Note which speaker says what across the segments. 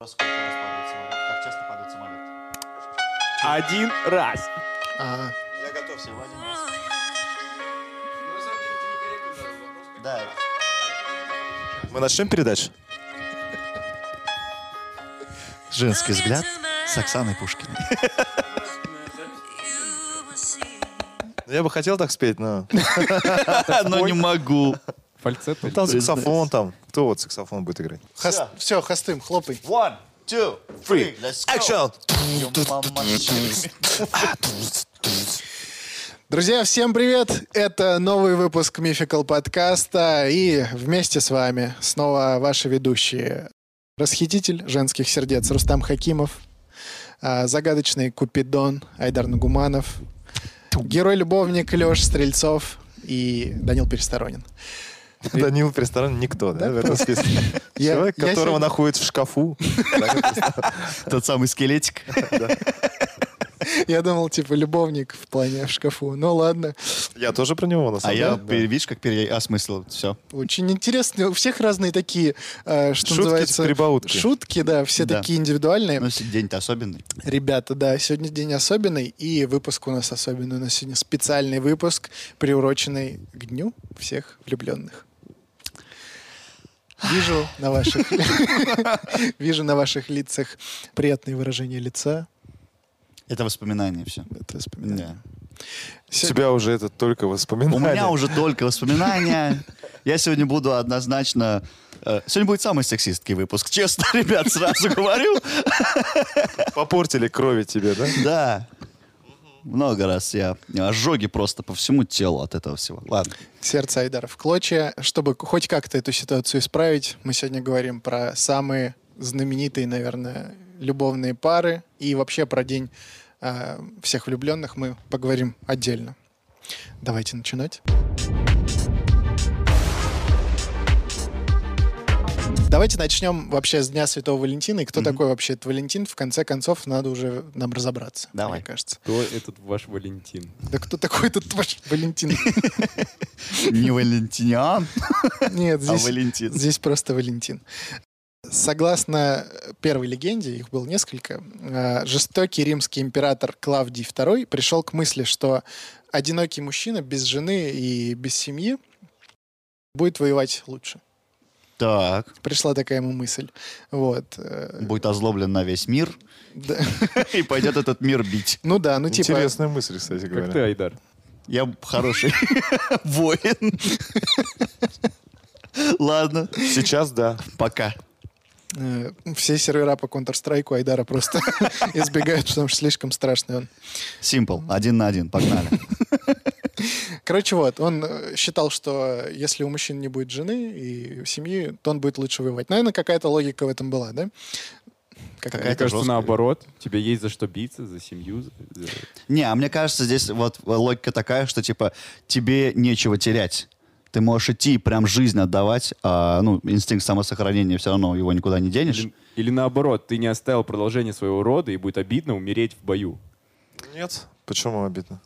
Speaker 1: Во сколько раз падает самолет? Как часто падает самолет?
Speaker 2: Один раз.
Speaker 1: Я готов всего один раз. Да.
Speaker 3: Мы начнем передачу?
Speaker 1: Женский взгляд с Оксаной Пушкиной.
Speaker 3: Ну, Я бы хотел так спеть, но...
Speaker 4: Но не могу.
Speaker 2: Фальцет. или-
Speaker 3: Там саксофон там. Кто вот саксофон будет играть?
Speaker 1: Всё.
Speaker 5: Все, хастым, хлопай.
Speaker 1: One, two, three, let's go.
Speaker 3: Action!
Speaker 1: Ё, мама, щас.
Speaker 5: Друзья, всем привет! Это новый выпуск Мификал подкаста. И вместе с вами снова ваши ведущие. Расхититель женских сердец Рустам Хакимов. а, Загадочный Купидон Айдар Нагуманов. Герой-любовник Леш Стрельцов и Данил Пересторонин.
Speaker 3: Данил Престоран никто, да, в этом списке?
Speaker 5: Я-
Speaker 3: Человек,
Speaker 5: я
Speaker 3: которого
Speaker 5: сегодня-
Speaker 3: находится в шкафу.
Speaker 4: Тот самый скелетик.
Speaker 5: Я думал, типа, любовник в плане в шкафу. Ну ладно.
Speaker 3: Я тоже про него, на
Speaker 4: А
Speaker 3: самом
Speaker 4: я,
Speaker 3: деле.
Speaker 4: пере- видишь, как переосмыслил. Все.
Speaker 5: Очень интересно. У всех разные такие, э, что
Speaker 3: Шутки,
Speaker 5: называется...
Speaker 3: прибаутки.
Speaker 5: Шутки, да, все
Speaker 4: Да. Ну,
Speaker 5: такие индивидуальные.
Speaker 4: Но сегодня день-то особенный.
Speaker 5: Ребята, да, сегодня день особенный, и выпуск у нас особенный. У нас сегодня специальный выпуск, приуроченный к Дню всех влюбленных. Вижу на ваших, вижу на ваших лицах приятные выражения лица.
Speaker 4: Это воспоминание все.
Speaker 5: Это вспоминаю.
Speaker 3: У тебя уже это только воспоминания.
Speaker 4: У меня уже только воспоминания. Я сегодня буду однозначно... э, Сегодня будет самый сексистский выпуск. Честно, ребят, сразу говорю.
Speaker 3: Попортили крови тебе, да?
Speaker 4: Да. Много раз я ожоги просто по всему телу от этого всего. Ладно.
Speaker 5: Сердце Айдара в клочья. Чтобы хоть как-то эту ситуацию исправить, мы сегодня говорим про самые знаменитые, наверное, любовные пары и вообще про день э, всех влюбленных мы поговорим отдельно. Давайте начинать. Давайте начнем вообще с Дня Святого Валентина. И кто такой вообще этот Валентин? В конце концов, надо уже нам разобраться.
Speaker 4: Давай.
Speaker 5: Мне кажется.
Speaker 2: Кто этот ваш Валентин?
Speaker 5: Да кто такой этот ваш Валентин?
Speaker 4: Не Валентиниан,
Speaker 5: Нет,
Speaker 4: а
Speaker 5: здесь...
Speaker 4: Валентин.
Speaker 5: Здесь просто Валентин. Согласно э, первой легенде, их было несколько, э, жестокий римский император Клавдий II пришел к мысли, что одинокий мужчина без жены и без семьи будет воевать лучше.
Speaker 4: Так.
Speaker 5: Пришла такая ему мысль. Вот. э,
Speaker 4: Будет озлоблен на весь мир
Speaker 5: да.
Speaker 4: и пойдет этот мир бить.
Speaker 5: Ну да, ну типа...
Speaker 3: Интересная мысль, кстати
Speaker 2: Как ты,
Speaker 3: говоря.
Speaker 2: Айдар?
Speaker 4: Я б- хороший воин. Ладно,
Speaker 3: Сейчас да.
Speaker 4: пока.
Speaker 5: Э, Все сервера по Counter-Strike Айдара просто избегают, потому что слишком страшный он.
Speaker 4: Simple, один на один, погнали.
Speaker 5: Короче, вот, он э, считал, что если у мужчин не будет жены и семьи, то он будет лучше воевать. Наверное, какая-то логика в этом была, да? Какая?
Speaker 2: Мне
Speaker 4: Какая-то
Speaker 2: кажется,
Speaker 4: жесткая.
Speaker 2: наоборот. Тебе есть за что биться, за семью. за- за-
Speaker 4: Не, а мне кажется, здесь вот логика такая, что типа тебе нечего терять. Ты можешь идти и прям жизнь отдавать, а, ну, инстинкт самосохранения все равно его никуда не денешь.
Speaker 2: Или, или наоборот, ты не оставил продолжение своего рода, и будет обидно умереть в бою.
Speaker 3: Нет. Почему обидно?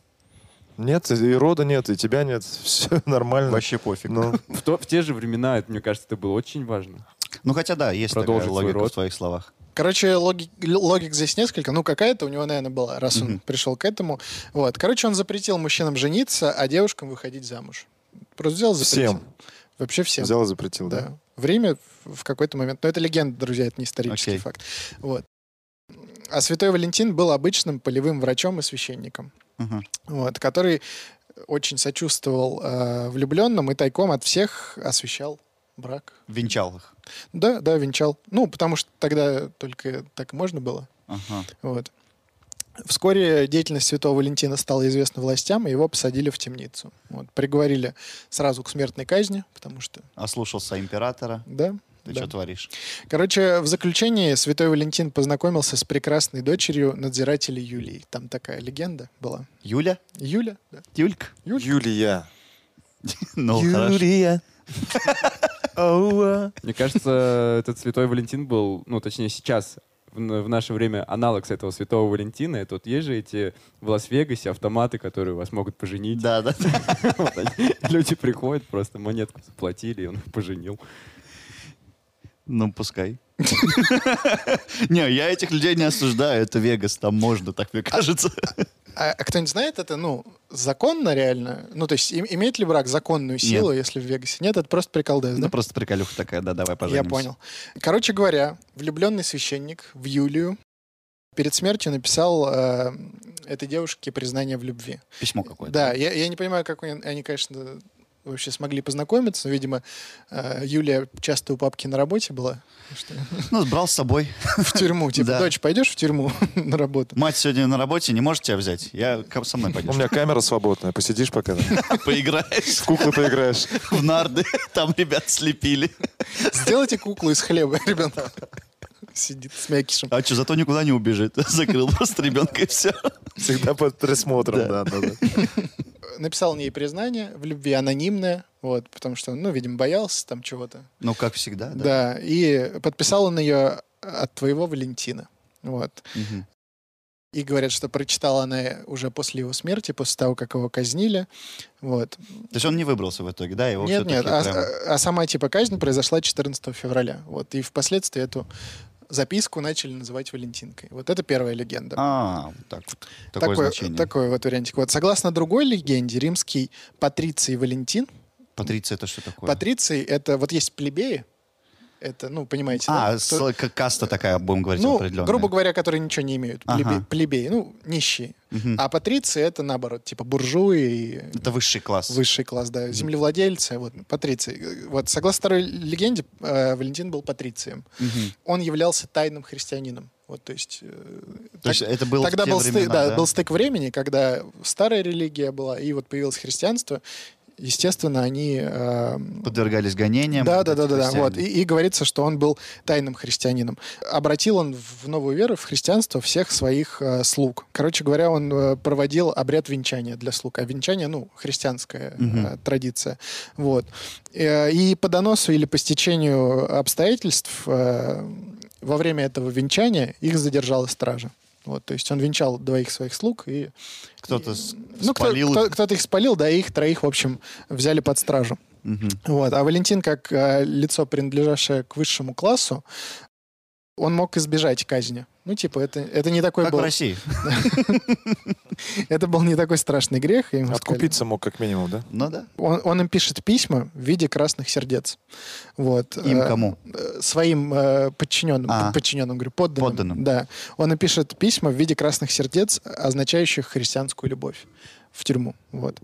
Speaker 3: Нет, и рода нет, и тебя нет. Все нормально.
Speaker 4: Вообще пофиг.
Speaker 3: Ну,
Speaker 2: В, то- в те же времена, это, мне кажется, это было очень важно.
Speaker 4: Ну, хотя да, есть
Speaker 2: Продолжить
Speaker 4: такая
Speaker 2: свой
Speaker 4: логика
Speaker 2: род.
Speaker 4: в твоих словах.
Speaker 5: Короче, логи- л- логик здесь несколько. Ну, какая-то у него, наверное, была, раз он пришел к этому. Вот. Короче, он запретил мужчинам жениться, а девушкам выходить замуж. Просто взял запретил.
Speaker 3: Всем.
Speaker 5: Вообще всем.
Speaker 3: взял и запретил, да?
Speaker 5: да. Время в в какой-то момент. Но это легенда, друзья, это не исторический
Speaker 4: Окей.
Speaker 5: факт. Вот. А святой Валентин был обычным полевым врачом и священником.
Speaker 4: Мгм.
Speaker 5: вот, который очень сочувствовал э, влюбленным и тайком от всех освещал брак.
Speaker 4: Венчал их.
Speaker 5: Да, да, венчал. Ну, потому что тогда только так можно было.
Speaker 4: Ага.
Speaker 5: Вот. Вскоре деятельность святого Валентина стала известна властям, и его посадили в темницу. Вот, приговорили сразу к смертной казни, потому что,
Speaker 4: Ослушался императора.
Speaker 5: да.
Speaker 4: Ты
Speaker 5: да.
Speaker 4: что творишь?
Speaker 5: Короче, в заключении святой Валентин познакомился с прекрасной дочерью надзирателя Юлии. Там такая легенда была.
Speaker 4: Юля?
Speaker 5: Юля? Да.
Speaker 4: Юлька?
Speaker 3: Юлия.
Speaker 4: Ну, хорошо.
Speaker 3: Ауа.
Speaker 2: Мне кажется, этот святой Валентин был, ну, точнее, сейчас в, н- в наше время аналог с этого святого Валентина. Это вот есть же эти в Лас-Вегасе автоматы, которые вас могут поженить.
Speaker 4: Да, да.
Speaker 2: Вот они- Люди приходят, просто монетку заплатили, и он их поженил.
Speaker 4: Ну, пускай. Не, я этих людей не осуждаю, это Вегас, там можно, так мне кажется.
Speaker 5: А, а кто-нибудь знает это, ну, законно реально? Ну, то есть им- имеет ли брак законную силу, если в Вегасе? Нет, это просто приколдес, да?
Speaker 4: Да Ну, просто приколюха такая, да, давай
Speaker 5: Я
Speaker 4: поженимся.
Speaker 5: понял. Короче говоря, влюбленный священник в Юлию перед смертью написал э, этой девушке признание в любви.
Speaker 4: Письмо какое-то.
Speaker 5: Да, я, я не понимаю, как они, они, конечно, вообще смогли познакомиться. но, Видимо, э, Юлия часто у папки на работе была. Что ли?
Speaker 4: Ну, брал с собой.
Speaker 5: В тюрьму. Типа,
Speaker 4: Да.
Speaker 5: дочь, пойдешь в тюрьму на работу?
Speaker 4: Мать сегодня на работе, не может тебя взять. Я ко- со мной
Speaker 3: У
Speaker 4: пойдешь.
Speaker 3: меня камера свободная, посидишь пока, там,
Speaker 4: Поиграешь
Speaker 3: в куклы поиграешь.
Speaker 4: в нарды, там ребят слепили.
Speaker 5: Сделайте куклу из хлеба, ребенка. Сидит с мякишем.
Speaker 4: А что, зато никуда не убежит. Закрыл просто ребенка и все.
Speaker 3: Всегда под присмотром.
Speaker 4: Да, да, да.
Speaker 5: Написал он ей признание в любви анонимное, вот, потому что, ну, видимо, боялся там чего-то.
Speaker 4: Ну, как всегда, да.
Speaker 5: Да. и подписал он ее от твоего Валентина. Вот.
Speaker 4: Мгм.
Speaker 5: И говорят, что прочитала она уже после его смерти, после того, как его казнили. Вот.
Speaker 4: То есть он не выбрался в итоге, да? Его
Speaker 5: нет,
Speaker 4: Ну, всё-таки
Speaker 5: нет, а,
Speaker 4: прям-
Speaker 5: а сама типа казнь произошла 14 февраля. Вот. И впоследствии эту записку начали называть Валентинкой. Вот это первая легенда.
Speaker 4: А, вот так вот. Такое значение.
Speaker 5: такой вот вариантик. Вот согласно другой легенде, римский патриций Валентин.
Speaker 4: Патриция это что такое?
Speaker 5: Патриций — это вот есть плебеи, это, ну, понимаете, да?
Speaker 4: А,
Speaker 5: Кто-
Speaker 4: с- к- каста такая, будем говорить,
Speaker 5: Ну,
Speaker 4: определенная.
Speaker 5: грубо говоря, которые ничего не имеют. Плебе-
Speaker 4: Ага.
Speaker 5: Плебеи, ну, нищие.
Speaker 4: Мгм.
Speaker 5: А патриции — это, наоборот, типа буржуи и
Speaker 4: Это высший класс.
Speaker 5: высший класс, да, землевладельцы, вот, патриции. Вот, согласно второй легенде, э, Валентин был патрицием.
Speaker 4: Мгм.
Speaker 5: Он являлся тайным христианином. Вот, то есть... э,
Speaker 4: То есть это было в
Speaker 5: Тогда
Speaker 4: те
Speaker 5: был,
Speaker 4: времена,
Speaker 5: стык, да,
Speaker 4: да?
Speaker 5: был стык времени, когда старая религия была, и вот появилось христианство. Естественно, они... э,
Speaker 4: Подвергались гонениям.
Speaker 5: да,
Speaker 4: вот
Speaker 5: да,
Speaker 4: эти
Speaker 5: да, да, да.
Speaker 4: христиане.
Speaker 5: Вот. И, и говорится, что он был тайным христианином. Обратил он в новую веру, в христианство всех своих э, слуг. Короче говоря, он э, проводил обряд венчания для слуг. А венчание, ну, христианская э,
Speaker 4: Мгм.
Speaker 5: традиция. Вот. Э, И по доносу или по стечению обстоятельств э, во время этого венчания их задержала стража. Вот, то есть он венчал двоих своих слуг и
Speaker 4: Кто-то с-
Speaker 5: ну, кто-
Speaker 4: спалил.
Speaker 5: кто- кто-то их спалил, да, и их троих, в общем, взяли под стражу.
Speaker 4: Мгм.
Speaker 5: Вот. А Валентин, как э, лицо, принадлежащее к высшему классу, он мог избежать казни. Ну, типа, это, это не такой
Speaker 4: Как в
Speaker 5: был...
Speaker 4: России.
Speaker 5: Это был не такой страшный грех. и ему сказали-
Speaker 3: Откупиться мог как минимум, да?
Speaker 4: Ну да.
Speaker 5: Он, он им пишет письма в виде красных сердец. Вот.
Speaker 4: Им
Speaker 5: Э,
Speaker 4: кому?
Speaker 5: э, Своим э, подчиненным,
Speaker 4: А.
Speaker 5: подчиненным, говорю, подданным.
Speaker 4: Подданным.
Speaker 5: Да. Он им пишет письма в виде красных сердец, означающих христианскую любовь в тюрьму. Вот.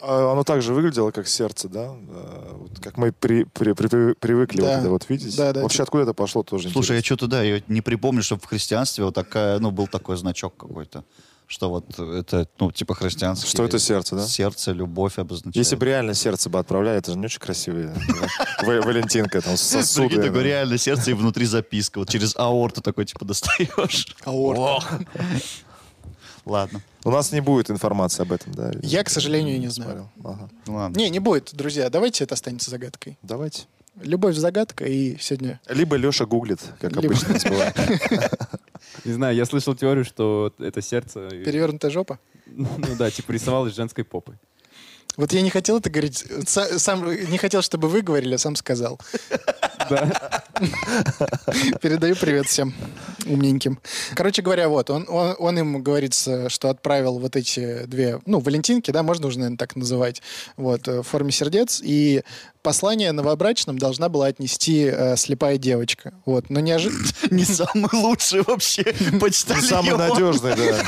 Speaker 3: А Оно также выглядело как сердце, да? Э, вот Как мы при- при- при- привыкли вот
Speaker 5: Да.
Speaker 3: это вот видеть.
Speaker 5: Да, да,
Speaker 3: Вообще откуда это пошло тоже
Speaker 4: Слушай, я
Speaker 3: интересно.
Speaker 4: что-то, да, я не припомню, что в христианстве вот такая, ну, был такой значок какой-то, что вот это, ну, типа христианский.
Speaker 3: Что это сердце, да?
Speaker 4: Сердце, любовь обозначает.
Speaker 3: Если бы реально сердце бы отправляли, это же не очень красивые. Ва- Валентинка там с
Speaker 4: Прикинь,
Speaker 3: сосуды.
Speaker 4: такое
Speaker 3: да.
Speaker 4: реально сердце и внутри записка. Вот через аорту такой, типа, достаешь.
Speaker 5: Аорта.
Speaker 4: Ох. Ладно.
Speaker 3: У нас не будет информации об этом, да?
Speaker 5: Я, к сожалению, не знаю.
Speaker 3: Смотрел. Ага.
Speaker 4: Ну, Ладно.
Speaker 5: Не, не будет, друзья. Давайте это останется загадкой.
Speaker 3: Давайте.
Speaker 5: Любовь загадка, и сегодня
Speaker 3: Либо Леша гуглит, как
Speaker 5: Либо-
Speaker 3: обычно у нас бывает.
Speaker 2: Не знаю, я слышал теорию, что это сердце... и-
Speaker 5: перевернутая жопа.
Speaker 2: Ну да, типа рисовалось женской попой.
Speaker 5: Вот я не хотел это говорить, са- сам не хотел, чтобы вы говорили, а сам сказал.
Speaker 2: Да.
Speaker 5: Передаю привет всем умненьким. Короче говоря, вот, он, он, он им говорит, с- что отправил вот эти две, ну, валентинки, да, можно уже, наверное, так называть, вот, э, в форме сердец, и послание новобрачным должна была отнести э, слепая девочка, вот, но неожиданно...
Speaker 4: Не самый лучший вообще почитали
Speaker 3: Самый
Speaker 4: его.
Speaker 3: надежный, да.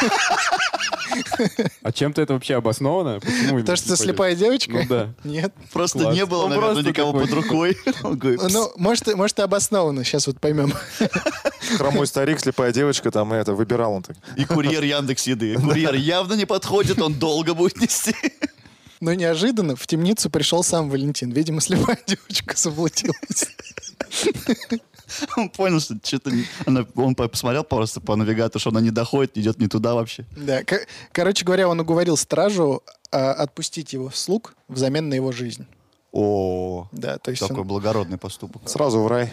Speaker 2: А чем-то это вообще обосновано? Почему
Speaker 5: То, что слепая девочка?
Speaker 2: Ну да.
Speaker 5: Нет.
Speaker 4: Просто
Speaker 2: Класс.
Speaker 4: не было,
Speaker 2: Он
Speaker 4: наверное,
Speaker 2: просто
Speaker 4: никого
Speaker 2: такой.
Speaker 4: под рукой. Он говорит, «Пс,
Speaker 5: Ну, может, и- может, и обоснованно, сейчас вот поймем.
Speaker 3: Хромой старик, слепая девочка, там и это, выбирал он так.
Speaker 4: И курьер Яндекс Еды. Курьер явно не подходит, он долго будет нести.
Speaker 5: Но неожиданно в темницу пришел сам Валентин. Видимо, слепая девочка заблудилась.
Speaker 4: Он понял, что что-то... не- она- Он по- посмотрел просто по навигатору, что она не доходит, идет не туда вообще.
Speaker 5: Да, кор- короче говоря, он уговорил стражу а, отпустить его в слуг взамен на его жизнь.
Speaker 4: О,
Speaker 5: Да, то есть
Speaker 4: такой
Speaker 5: он...
Speaker 4: благородный поступок.
Speaker 3: Сразу в рай.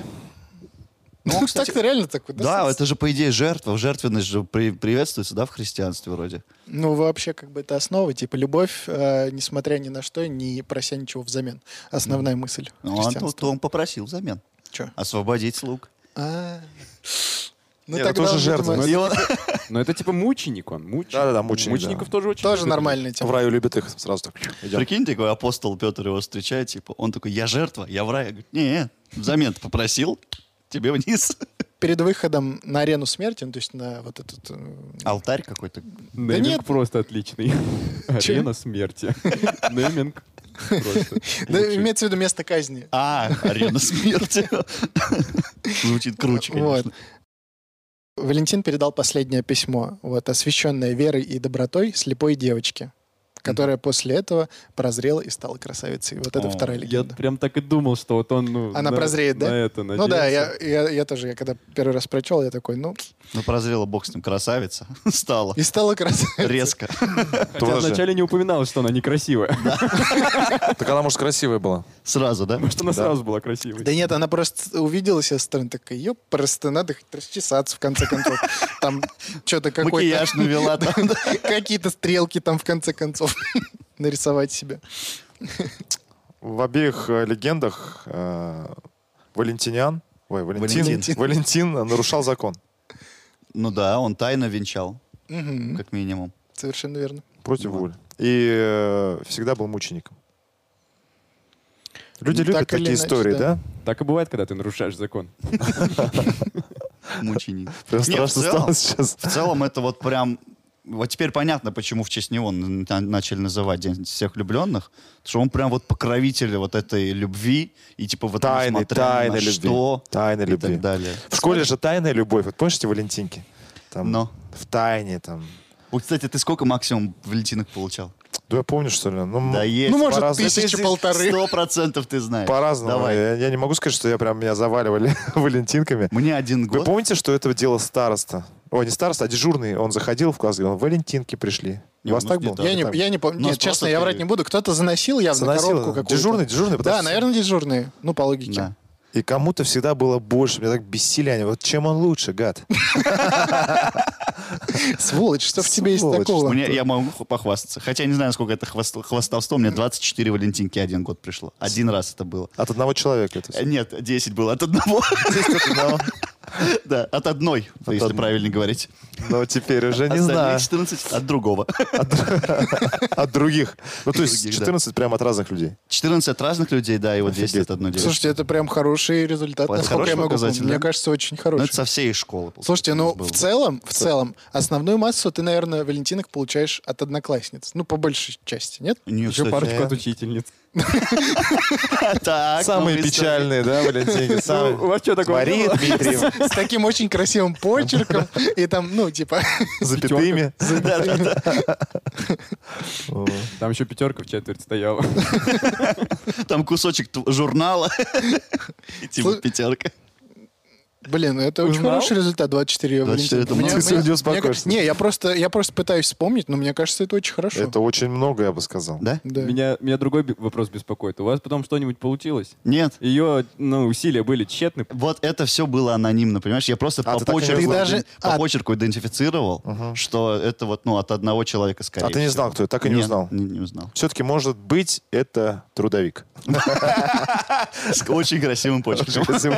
Speaker 4: Ну,
Speaker 5: Ну,
Speaker 4: кстати,
Speaker 5: так-то реально так вот,
Speaker 4: Да,
Speaker 5: с-
Speaker 4: это же, по идее, жертва. Жертвенность же при- приветствуется, да, в христианстве вроде.
Speaker 5: Ну, вообще, как бы это основа, типа, любовь, э, несмотря ни на что, не прося ничего взамен. Основная мысль
Speaker 4: Ну, а
Speaker 5: христианства.
Speaker 4: тут он попросил взамен.
Speaker 5: Чё?
Speaker 4: Освободить слуг.
Speaker 5: А. Ну,
Speaker 3: Нет, это тоже жертва,
Speaker 5: видимо,
Speaker 3: но это-
Speaker 4: И он-
Speaker 2: Но это типа мученик он, мученик.
Speaker 3: Да-да-да, мученик,
Speaker 2: Мучеников
Speaker 3: да.
Speaker 2: тоже очень
Speaker 5: Тоже
Speaker 2: любят.
Speaker 5: нормальная
Speaker 3: В
Speaker 5: тема.
Speaker 3: раю любят их сразу так. идём.
Speaker 4: Прикинь, такой апостол Петр его встречает, типа, он такой, я жертва, я в рай. Говорит, не, взамен попросил, тебе вниз.
Speaker 5: Перед выходом на арену смерти, ну, то есть на вот этот... э,
Speaker 4: Алтарь какой-то.
Speaker 2: Нейминг
Speaker 5: нет.
Speaker 2: просто отличный.
Speaker 5: Чё?
Speaker 2: Арена смерти. Нейминг просто.
Speaker 5: Да,
Speaker 2: лучший.
Speaker 5: имеется в виду место казни.
Speaker 4: А, арена смерти. Звучит круче,
Speaker 5: Вот.
Speaker 4: конечно.
Speaker 5: Валентин передал последнее письмо, вот, освященное верой и добротой слепой девочки, которая после этого прозрела и стала красавицей. Вот это
Speaker 4: О,
Speaker 5: вторая
Speaker 2: Я
Speaker 5: легенда.
Speaker 2: прям так и думал, что вот он... ну,
Speaker 5: Она
Speaker 2: на-
Speaker 5: прозреет, да?
Speaker 2: На это
Speaker 5: Ну да, я,
Speaker 2: надеялся.
Speaker 5: я, я тоже, я когда первый раз прочел, я такой, ну,
Speaker 4: Ну, прозрела бог с ним красавица. Стала.
Speaker 5: и стала красавицей.
Speaker 4: Резко.
Speaker 2: Хотя
Speaker 3: Тоже.
Speaker 2: вначале не упоминалось, что она некрасивая.
Speaker 3: Так она, может, красивая была.
Speaker 4: Сразу, да?
Speaker 2: Может, она сразу была красивой.
Speaker 5: Да нет, она просто увидела себя со стороны, такая, ёп, просто надо хоть расчесаться, в конце концов. Там что-то какое-то...
Speaker 4: Макияж навела там. да.
Speaker 5: Какие-то стрелки там, в конце концов, нарисовать себе.
Speaker 3: В обеих э, легендах э, Валентиниан, ой, Валентин,
Speaker 4: Валентин.
Speaker 3: Валентин. э, нарушал закон.
Speaker 4: Ну да, он тайно венчал,
Speaker 5: Мгм,
Speaker 4: как минимум.
Speaker 5: Совершенно верно.
Speaker 3: Против
Speaker 4: Ну
Speaker 3: воли. И э, всегда был мучеником. Люди
Speaker 5: Ну,
Speaker 3: любят
Speaker 5: так или
Speaker 3: такие
Speaker 5: иначе,
Speaker 3: истории,
Speaker 5: да.
Speaker 3: да?
Speaker 2: Так и бывает, когда ты нарушаешь закон.
Speaker 4: Мученик.
Speaker 3: Прям
Speaker 4: Не, в
Speaker 3: страшно
Speaker 4: целом-
Speaker 3: стало сейчас.
Speaker 4: В целом это вот прям... Вот теперь понятно, почему в честь него н- на- начали называть День всех влюбленных. Потому что он прям вот покровитель вот этой любви. И типа вот
Speaker 3: Тайны,
Speaker 4: несмотря
Speaker 3: тайны
Speaker 4: на
Speaker 3: любви.
Speaker 4: что
Speaker 3: Тайны
Speaker 4: и
Speaker 3: любви.
Speaker 4: так далее.
Speaker 3: В школе же тайная любовь. Вот помнишь эти Валентинки? Там
Speaker 4: Но.
Speaker 3: В тайне там.
Speaker 4: Вот, кстати, ты сколько максимум валентинок получал?
Speaker 3: Да я помню, что ли. Ну, м-
Speaker 4: Да есть.
Speaker 5: Ну, может,
Speaker 3: по-разному.
Speaker 5: тысяча
Speaker 4: Ты
Speaker 5: полторы.
Speaker 4: Сто процентов ты знаешь.
Speaker 3: По-разному.
Speaker 4: Давай.
Speaker 3: Я, я не могу сказать, что я прям меня заваливали валентинками.
Speaker 4: Мне один
Speaker 3: Вы
Speaker 4: год.
Speaker 3: помните, что это делал староста? Ой, не староста, а дежурный. Он заходил в класс, говорил, валентинки пришли.
Speaker 4: Не,
Speaker 3: у вас
Speaker 4: у нас
Speaker 3: так
Speaker 4: не
Speaker 3: было?
Speaker 4: так.
Speaker 5: я, не, я не помню.
Speaker 4: Ну, Нас
Speaker 5: Нет, честно,
Speaker 4: просто
Speaker 5: я
Speaker 4: пере-
Speaker 5: врать не буду. Кто-то заносил явно
Speaker 3: Заносило.
Speaker 5: коробку какую-то.
Speaker 3: Дежурный, дежурный. потому
Speaker 5: Да,
Speaker 3: что-
Speaker 5: наверное, дежурные. Ну, по логике.
Speaker 4: Да.
Speaker 3: И кому-то всегда было больше. Меня так бесили они. Вот чем он лучше, гад?
Speaker 5: Сволочь, что в тебе есть
Speaker 3: Сволочь,
Speaker 5: такого?
Speaker 4: Мне, я могу ху- похвастаться. Хотя я не знаю, сколько это хваст- хвастовство. Мне 24 валентинки один год пришло. Один раз это было.
Speaker 3: От одного человека это
Speaker 4: Э,
Speaker 3: всё.
Speaker 4: Нет, 10 было от одного. Да, от одной, если
Speaker 3: одной.
Speaker 4: правильно говорить.
Speaker 3: Но теперь уже не
Speaker 4: Остальные
Speaker 3: знаю.
Speaker 4: 14 от другого.
Speaker 3: От других. Ну, то есть
Speaker 4: Других, да.
Speaker 3: 14 прям от разных людей.
Speaker 4: 14 от разных людей, да, и вот 10
Speaker 3: Офигеть.
Speaker 4: от одной девушки.
Speaker 5: Слушайте, это прям хороший результат,
Speaker 4: Вот
Speaker 5: насколько я
Speaker 4: хороший
Speaker 5: могу
Speaker 4: показатель,
Speaker 5: помнить. Мне
Speaker 4: да?
Speaker 5: кажется, очень
Speaker 4: Ну,
Speaker 5: хороший.
Speaker 4: это со всей школы. получается,
Speaker 5: Слушайте, ну
Speaker 4: было.
Speaker 5: в целом, в целом, основную массу ты, наверное, Валентинок получаешь от одноклассниц. Ну, по большей части, нет?
Speaker 4: Нет,
Speaker 2: Еще
Speaker 4: кстати,
Speaker 2: парочку
Speaker 4: э,
Speaker 2: от учительниц.
Speaker 4: так,
Speaker 3: Самые
Speaker 4: ну, представь.
Speaker 3: печальные, да, Валентинки?
Speaker 5: А,
Speaker 3: Самые-
Speaker 2: у вас что, такого не
Speaker 3: Мария
Speaker 2: было?
Speaker 3: Дмитриевна,
Speaker 5: С таким очень красивым почерком. И там, ну, типа,
Speaker 3: запятыми.
Speaker 4: Да-да-да.
Speaker 3: О.
Speaker 2: Там еще пятерка в четверть стояла.
Speaker 4: Там кусочек тв- журнала. И Типа
Speaker 5: Слу-
Speaker 4: пятерка.
Speaker 5: блин, ну, это очень
Speaker 2: Узнал?
Speaker 5: хороший результат,
Speaker 4: 24
Speaker 5: 24 Валентинок.
Speaker 4: это
Speaker 5: Мне-
Speaker 4: много.
Speaker 5: мне-
Speaker 3: Ты не
Speaker 5: мне-
Speaker 3: успокоишься.
Speaker 5: Не, я просто, я просто пытаюсь вспомнить, но мне кажется, это очень хорошо.
Speaker 3: Это очень много, я бы сказал.
Speaker 4: Да?
Speaker 5: Да.
Speaker 2: Меня, меня другой бе- вопрос беспокоит. У вас потом что-нибудь получилось?
Speaker 4: Нет.
Speaker 2: Ее ну, усилия были тщетны.
Speaker 4: Вот это все было анонимно, понимаешь? Я просто
Speaker 3: А,
Speaker 4: по
Speaker 3: ты так и не
Speaker 4: почерку,
Speaker 5: узнал. Ты даже-
Speaker 4: по
Speaker 5: а-
Speaker 4: почерку идентифицировал, что это вот ну от одного человека скорее.
Speaker 3: А ты не
Speaker 4: всего.
Speaker 3: знал, кто это? Так и не
Speaker 4: Нет,
Speaker 3: узнал.
Speaker 4: Не, не узнал.
Speaker 3: Все-таки, может быть, это трудовик.
Speaker 4: С очень красивым
Speaker 3: Ну,
Speaker 4: почерком.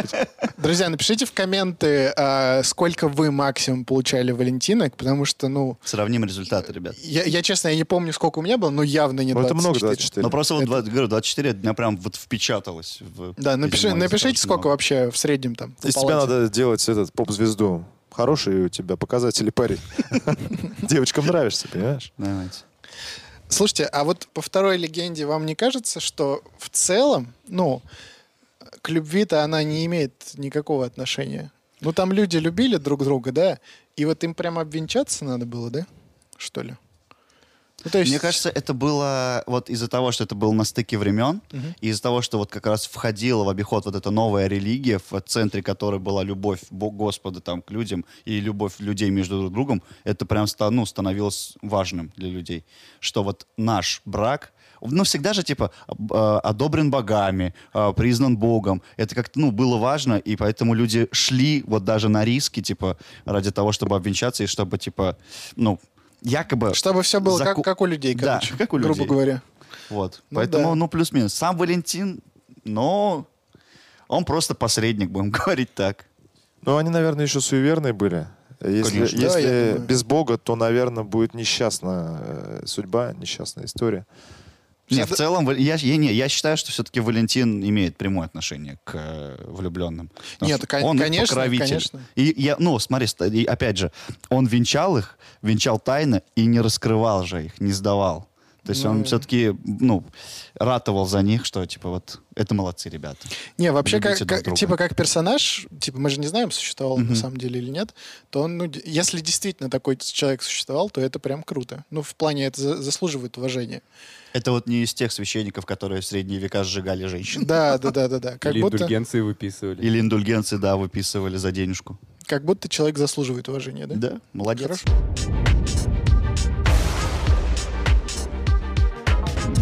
Speaker 5: Друзья, напишите в комменты, а, сколько вы максимум получали Валентинок, потому что, ну,
Speaker 4: Сравним результаты, ребят.
Speaker 5: я, я, честно, я не помню, сколько у меня было, но явно не
Speaker 3: Ну,
Speaker 5: 24.
Speaker 3: это много,
Speaker 4: Но
Speaker 3: 24.
Speaker 4: просто вот два- говорю, 24 дня прям вот впечаталось. в-
Speaker 5: Да, напиши-
Speaker 4: видимо, из-за того,
Speaker 5: напишите,
Speaker 4: что
Speaker 5: сколько
Speaker 4: много.
Speaker 5: вообще в среднем там. по
Speaker 3: Из тебя
Speaker 5: палате.
Speaker 3: надо делать этот поп-звезду. Хорошие у тебя показатели, парень. Девочкам нравишься, понимаешь?
Speaker 4: Давайте.
Speaker 5: Слушайте, а вот по второй легенде вам не кажется, что в целом, ну, к любви-то она не имеет никакого отношения? Ну, там люди любили друг друга, да? И вот им прям обвенчаться надо было, да? Что ли? Ну, то есть...
Speaker 4: Мне кажется, это было вот из-за того, что это было на стыке времен, и из-за того, что вот как раз входила в обиход вот эта новая религия, в центре которой была любовь Бо- Господа там к людям и любовь людей между друг другом, это прям ста- ну, становилось важным для людей, что вот наш брак ну, всегда же, типа, об- э, одобрен богами, э, признан богом. Это как-то, ну, было важно, и поэтому люди шли вот даже на риски, типа, ради того, чтобы обвенчаться и чтобы, типа, ну, якобы...
Speaker 5: Чтобы все было
Speaker 4: заку-
Speaker 5: как, как у людей,
Speaker 4: Да,
Speaker 5: короче,
Speaker 4: как у людей.
Speaker 5: грубо говоря.
Speaker 4: Вот.
Speaker 5: Ну
Speaker 4: Поэтому,
Speaker 5: да.
Speaker 4: ну, плюс-минус. Сам Валентин, но Он просто посредник, будем говорить так.
Speaker 3: Ну, они, наверное, еще суеверные были. Если,
Speaker 4: Конечно.
Speaker 5: Да,
Speaker 3: если
Speaker 5: я думаю.
Speaker 3: без Бога, то, наверное, будет несчастная э, судьба, несчастная история.
Speaker 4: Не, в
Speaker 5: Всегда-
Speaker 4: целом, Вал- я, я, не, я считаю, что все-таки Валентин имеет прямое отношение к э, влюбленным. Потому
Speaker 5: Нет,
Speaker 4: что
Speaker 5: кон-
Speaker 4: он их
Speaker 5: конечно,
Speaker 4: покровитель.
Speaker 5: конечно.
Speaker 4: И я, ну, смотри, ст- и опять же, он венчал их, венчал тайно и не раскрывал же их, не сдавал. То есть он
Speaker 5: Ну.
Speaker 4: все-таки, ну, ратовал за них, что типа вот это молодцы ребята.
Speaker 5: Не, вообще, как,
Speaker 4: Любите друг
Speaker 5: как-
Speaker 4: друга.
Speaker 5: типа, как персонаж, типа, мы же не знаем, существовал он на
Speaker 4: Мгм.
Speaker 5: самом деле или нет, то он, ну, д- если действительно такой человек существовал, то это прям круто. Ну, в плане это за- заслуживает уважения.
Speaker 4: Это вот не из тех священников, которые в средние века сжигали женщин.
Speaker 5: Да, да, да, да, да. Как
Speaker 2: Или
Speaker 5: будто,
Speaker 2: индульгенции выписывали.
Speaker 4: Или индульгенции, да, выписывали за денежку.
Speaker 5: как будто человек заслуживает уважения, да?
Speaker 4: Да, молодец.
Speaker 5: Хорошо.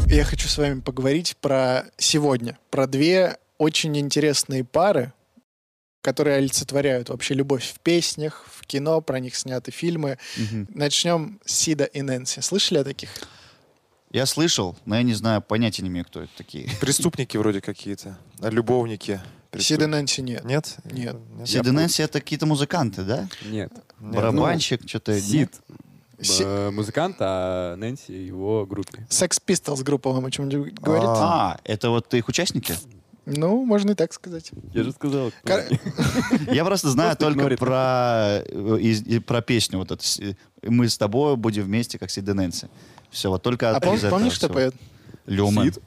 Speaker 5: Я хочу с вами поговорить про сегодня, про две очень интересные пары, которые олицетворяют вообще любовь в песнях, в кино, про них сняты фильмы.
Speaker 4: Мгм.
Speaker 5: Начнем с Сида и Нэнси. Слышали о таких?
Speaker 4: Я слышал, но я не знаю, понятия не имею, кто это такие.
Speaker 3: Преступники вроде какие-то, а, любовники.
Speaker 5: Сид и
Speaker 3: Преступ-
Speaker 5: Нэнси нет.
Speaker 3: Нет?
Speaker 5: Нет.
Speaker 4: Сид и Нэнси это какие-то музыканты, да?
Speaker 2: Нет.
Speaker 5: ну,
Speaker 3: Нет.
Speaker 4: Барабанщик, что-то...
Speaker 2: Сид.
Speaker 5: Си-
Speaker 2: э, Музыкант, а Нэнси его группе.
Speaker 5: Секс Pistols группа вам о чем-нибудь говорит?
Speaker 4: А, это вот их участники?
Speaker 5: Ну, можно и так сказать.
Speaker 2: Я же сказал. кто
Speaker 5: Кор-
Speaker 2: они.
Speaker 4: Я просто знаю
Speaker 2: Просто
Speaker 4: только
Speaker 2: игнорит.
Speaker 4: про, э, из- и про песню вот эту. с- э, Мы с тобой будем вместе, как Сид и Нэнси. Все, вот только
Speaker 5: А
Speaker 4: из
Speaker 5: пом-
Speaker 4: этого
Speaker 5: помнишь, что
Speaker 4: всего.
Speaker 5: поет?
Speaker 4: Люмен,
Speaker 2: Сид?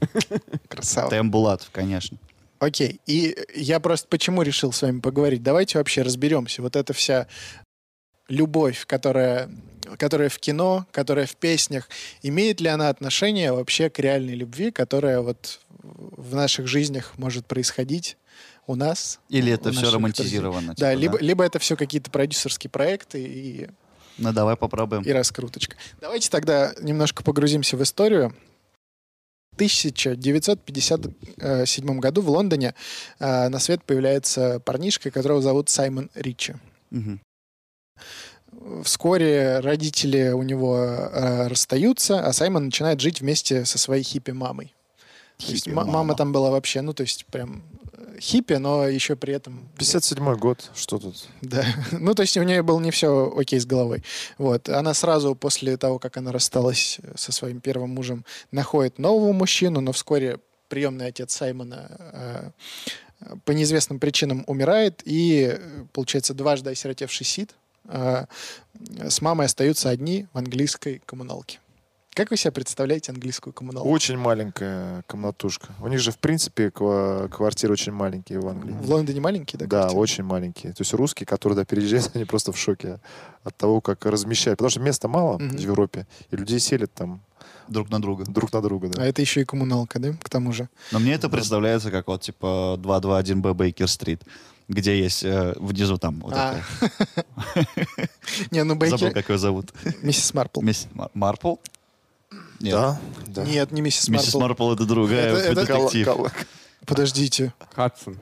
Speaker 5: Красава.
Speaker 4: Тэм Булатов, конечно.
Speaker 5: Окей, и я просто почему решил с вами поговорить. Давайте вообще разберемся. Вот эта вся любовь, которая, которая в кино, которая в песнях, имеет ли она отношение вообще к реальной любви, которая вот в наших жизнях может происходить у нас?
Speaker 4: Или
Speaker 5: у
Speaker 4: это все
Speaker 5: наших
Speaker 4: романтизировано?
Speaker 5: друзей? Да,
Speaker 4: типа,
Speaker 5: либо, либо это все какие-то продюсерские проекты и,
Speaker 4: Ну давай попробуем.
Speaker 5: и раскруточка. Давайте тогда немножко погрузимся в историю. В 1957 году в Лондоне э, на свет появляется парнишка, которого зовут Саймон Ричи.
Speaker 4: Мгм.
Speaker 5: Вскоре родители у него э, расстаются, а Саймон начинает жить вместе со своей хиппи-мамой. То есть ма-
Speaker 4: Хиппи-мама.
Speaker 5: мама там была вообще, ну, то есть прям э, хиппи, но еще при этом...
Speaker 3: 57 год, что тут?
Speaker 5: Да. Ну, то есть у нее было не все окей с головой. Вот. Она сразу после того, как она рассталась со своим первым мужем, находит нового мужчину, но вскоре приемный отец Саймона э, по неизвестным причинам умирает, и, э, получается, дважды осиротевший Сид э, с мамой остаются одни в английской коммуналке. Как вы себе представляете английскую коммуналку?
Speaker 3: Очень маленькая комнатушка. У них же, в принципе, ква- квартиры очень маленькие в Англии.
Speaker 5: В Лондоне маленькие, да?
Speaker 3: Да,
Speaker 5: квартиры?
Speaker 3: очень маленькие. То есть русские, которые туда переезжают, они просто в шоке от того, как размещают. Потому что места мало
Speaker 5: Мгм.
Speaker 3: в Европе, и людей селят там
Speaker 4: Друг на друга.
Speaker 3: друг на друга.
Speaker 5: А
Speaker 3: Да.
Speaker 5: это еще и коммуналка, да, к тому же.
Speaker 4: Но мне это представляется как вот типа 221Б Бейкер-стрит, где есть э, внизу там вот
Speaker 5: А,
Speaker 4: это.
Speaker 5: Не, ну
Speaker 4: Забыл,
Speaker 5: Бейкер...
Speaker 4: как ее зовут.
Speaker 5: Миссис Марпл.
Speaker 4: Мисс Мар- Марпл? Нет.
Speaker 3: Да, да.
Speaker 5: Нет, не миссис
Speaker 4: Миссис
Speaker 5: Марпл.
Speaker 4: Марпл это другая
Speaker 5: Это- это-
Speaker 3: Кол-
Speaker 4: детектив.
Speaker 3: кол-
Speaker 5: Подождите.
Speaker 2: Хадсон.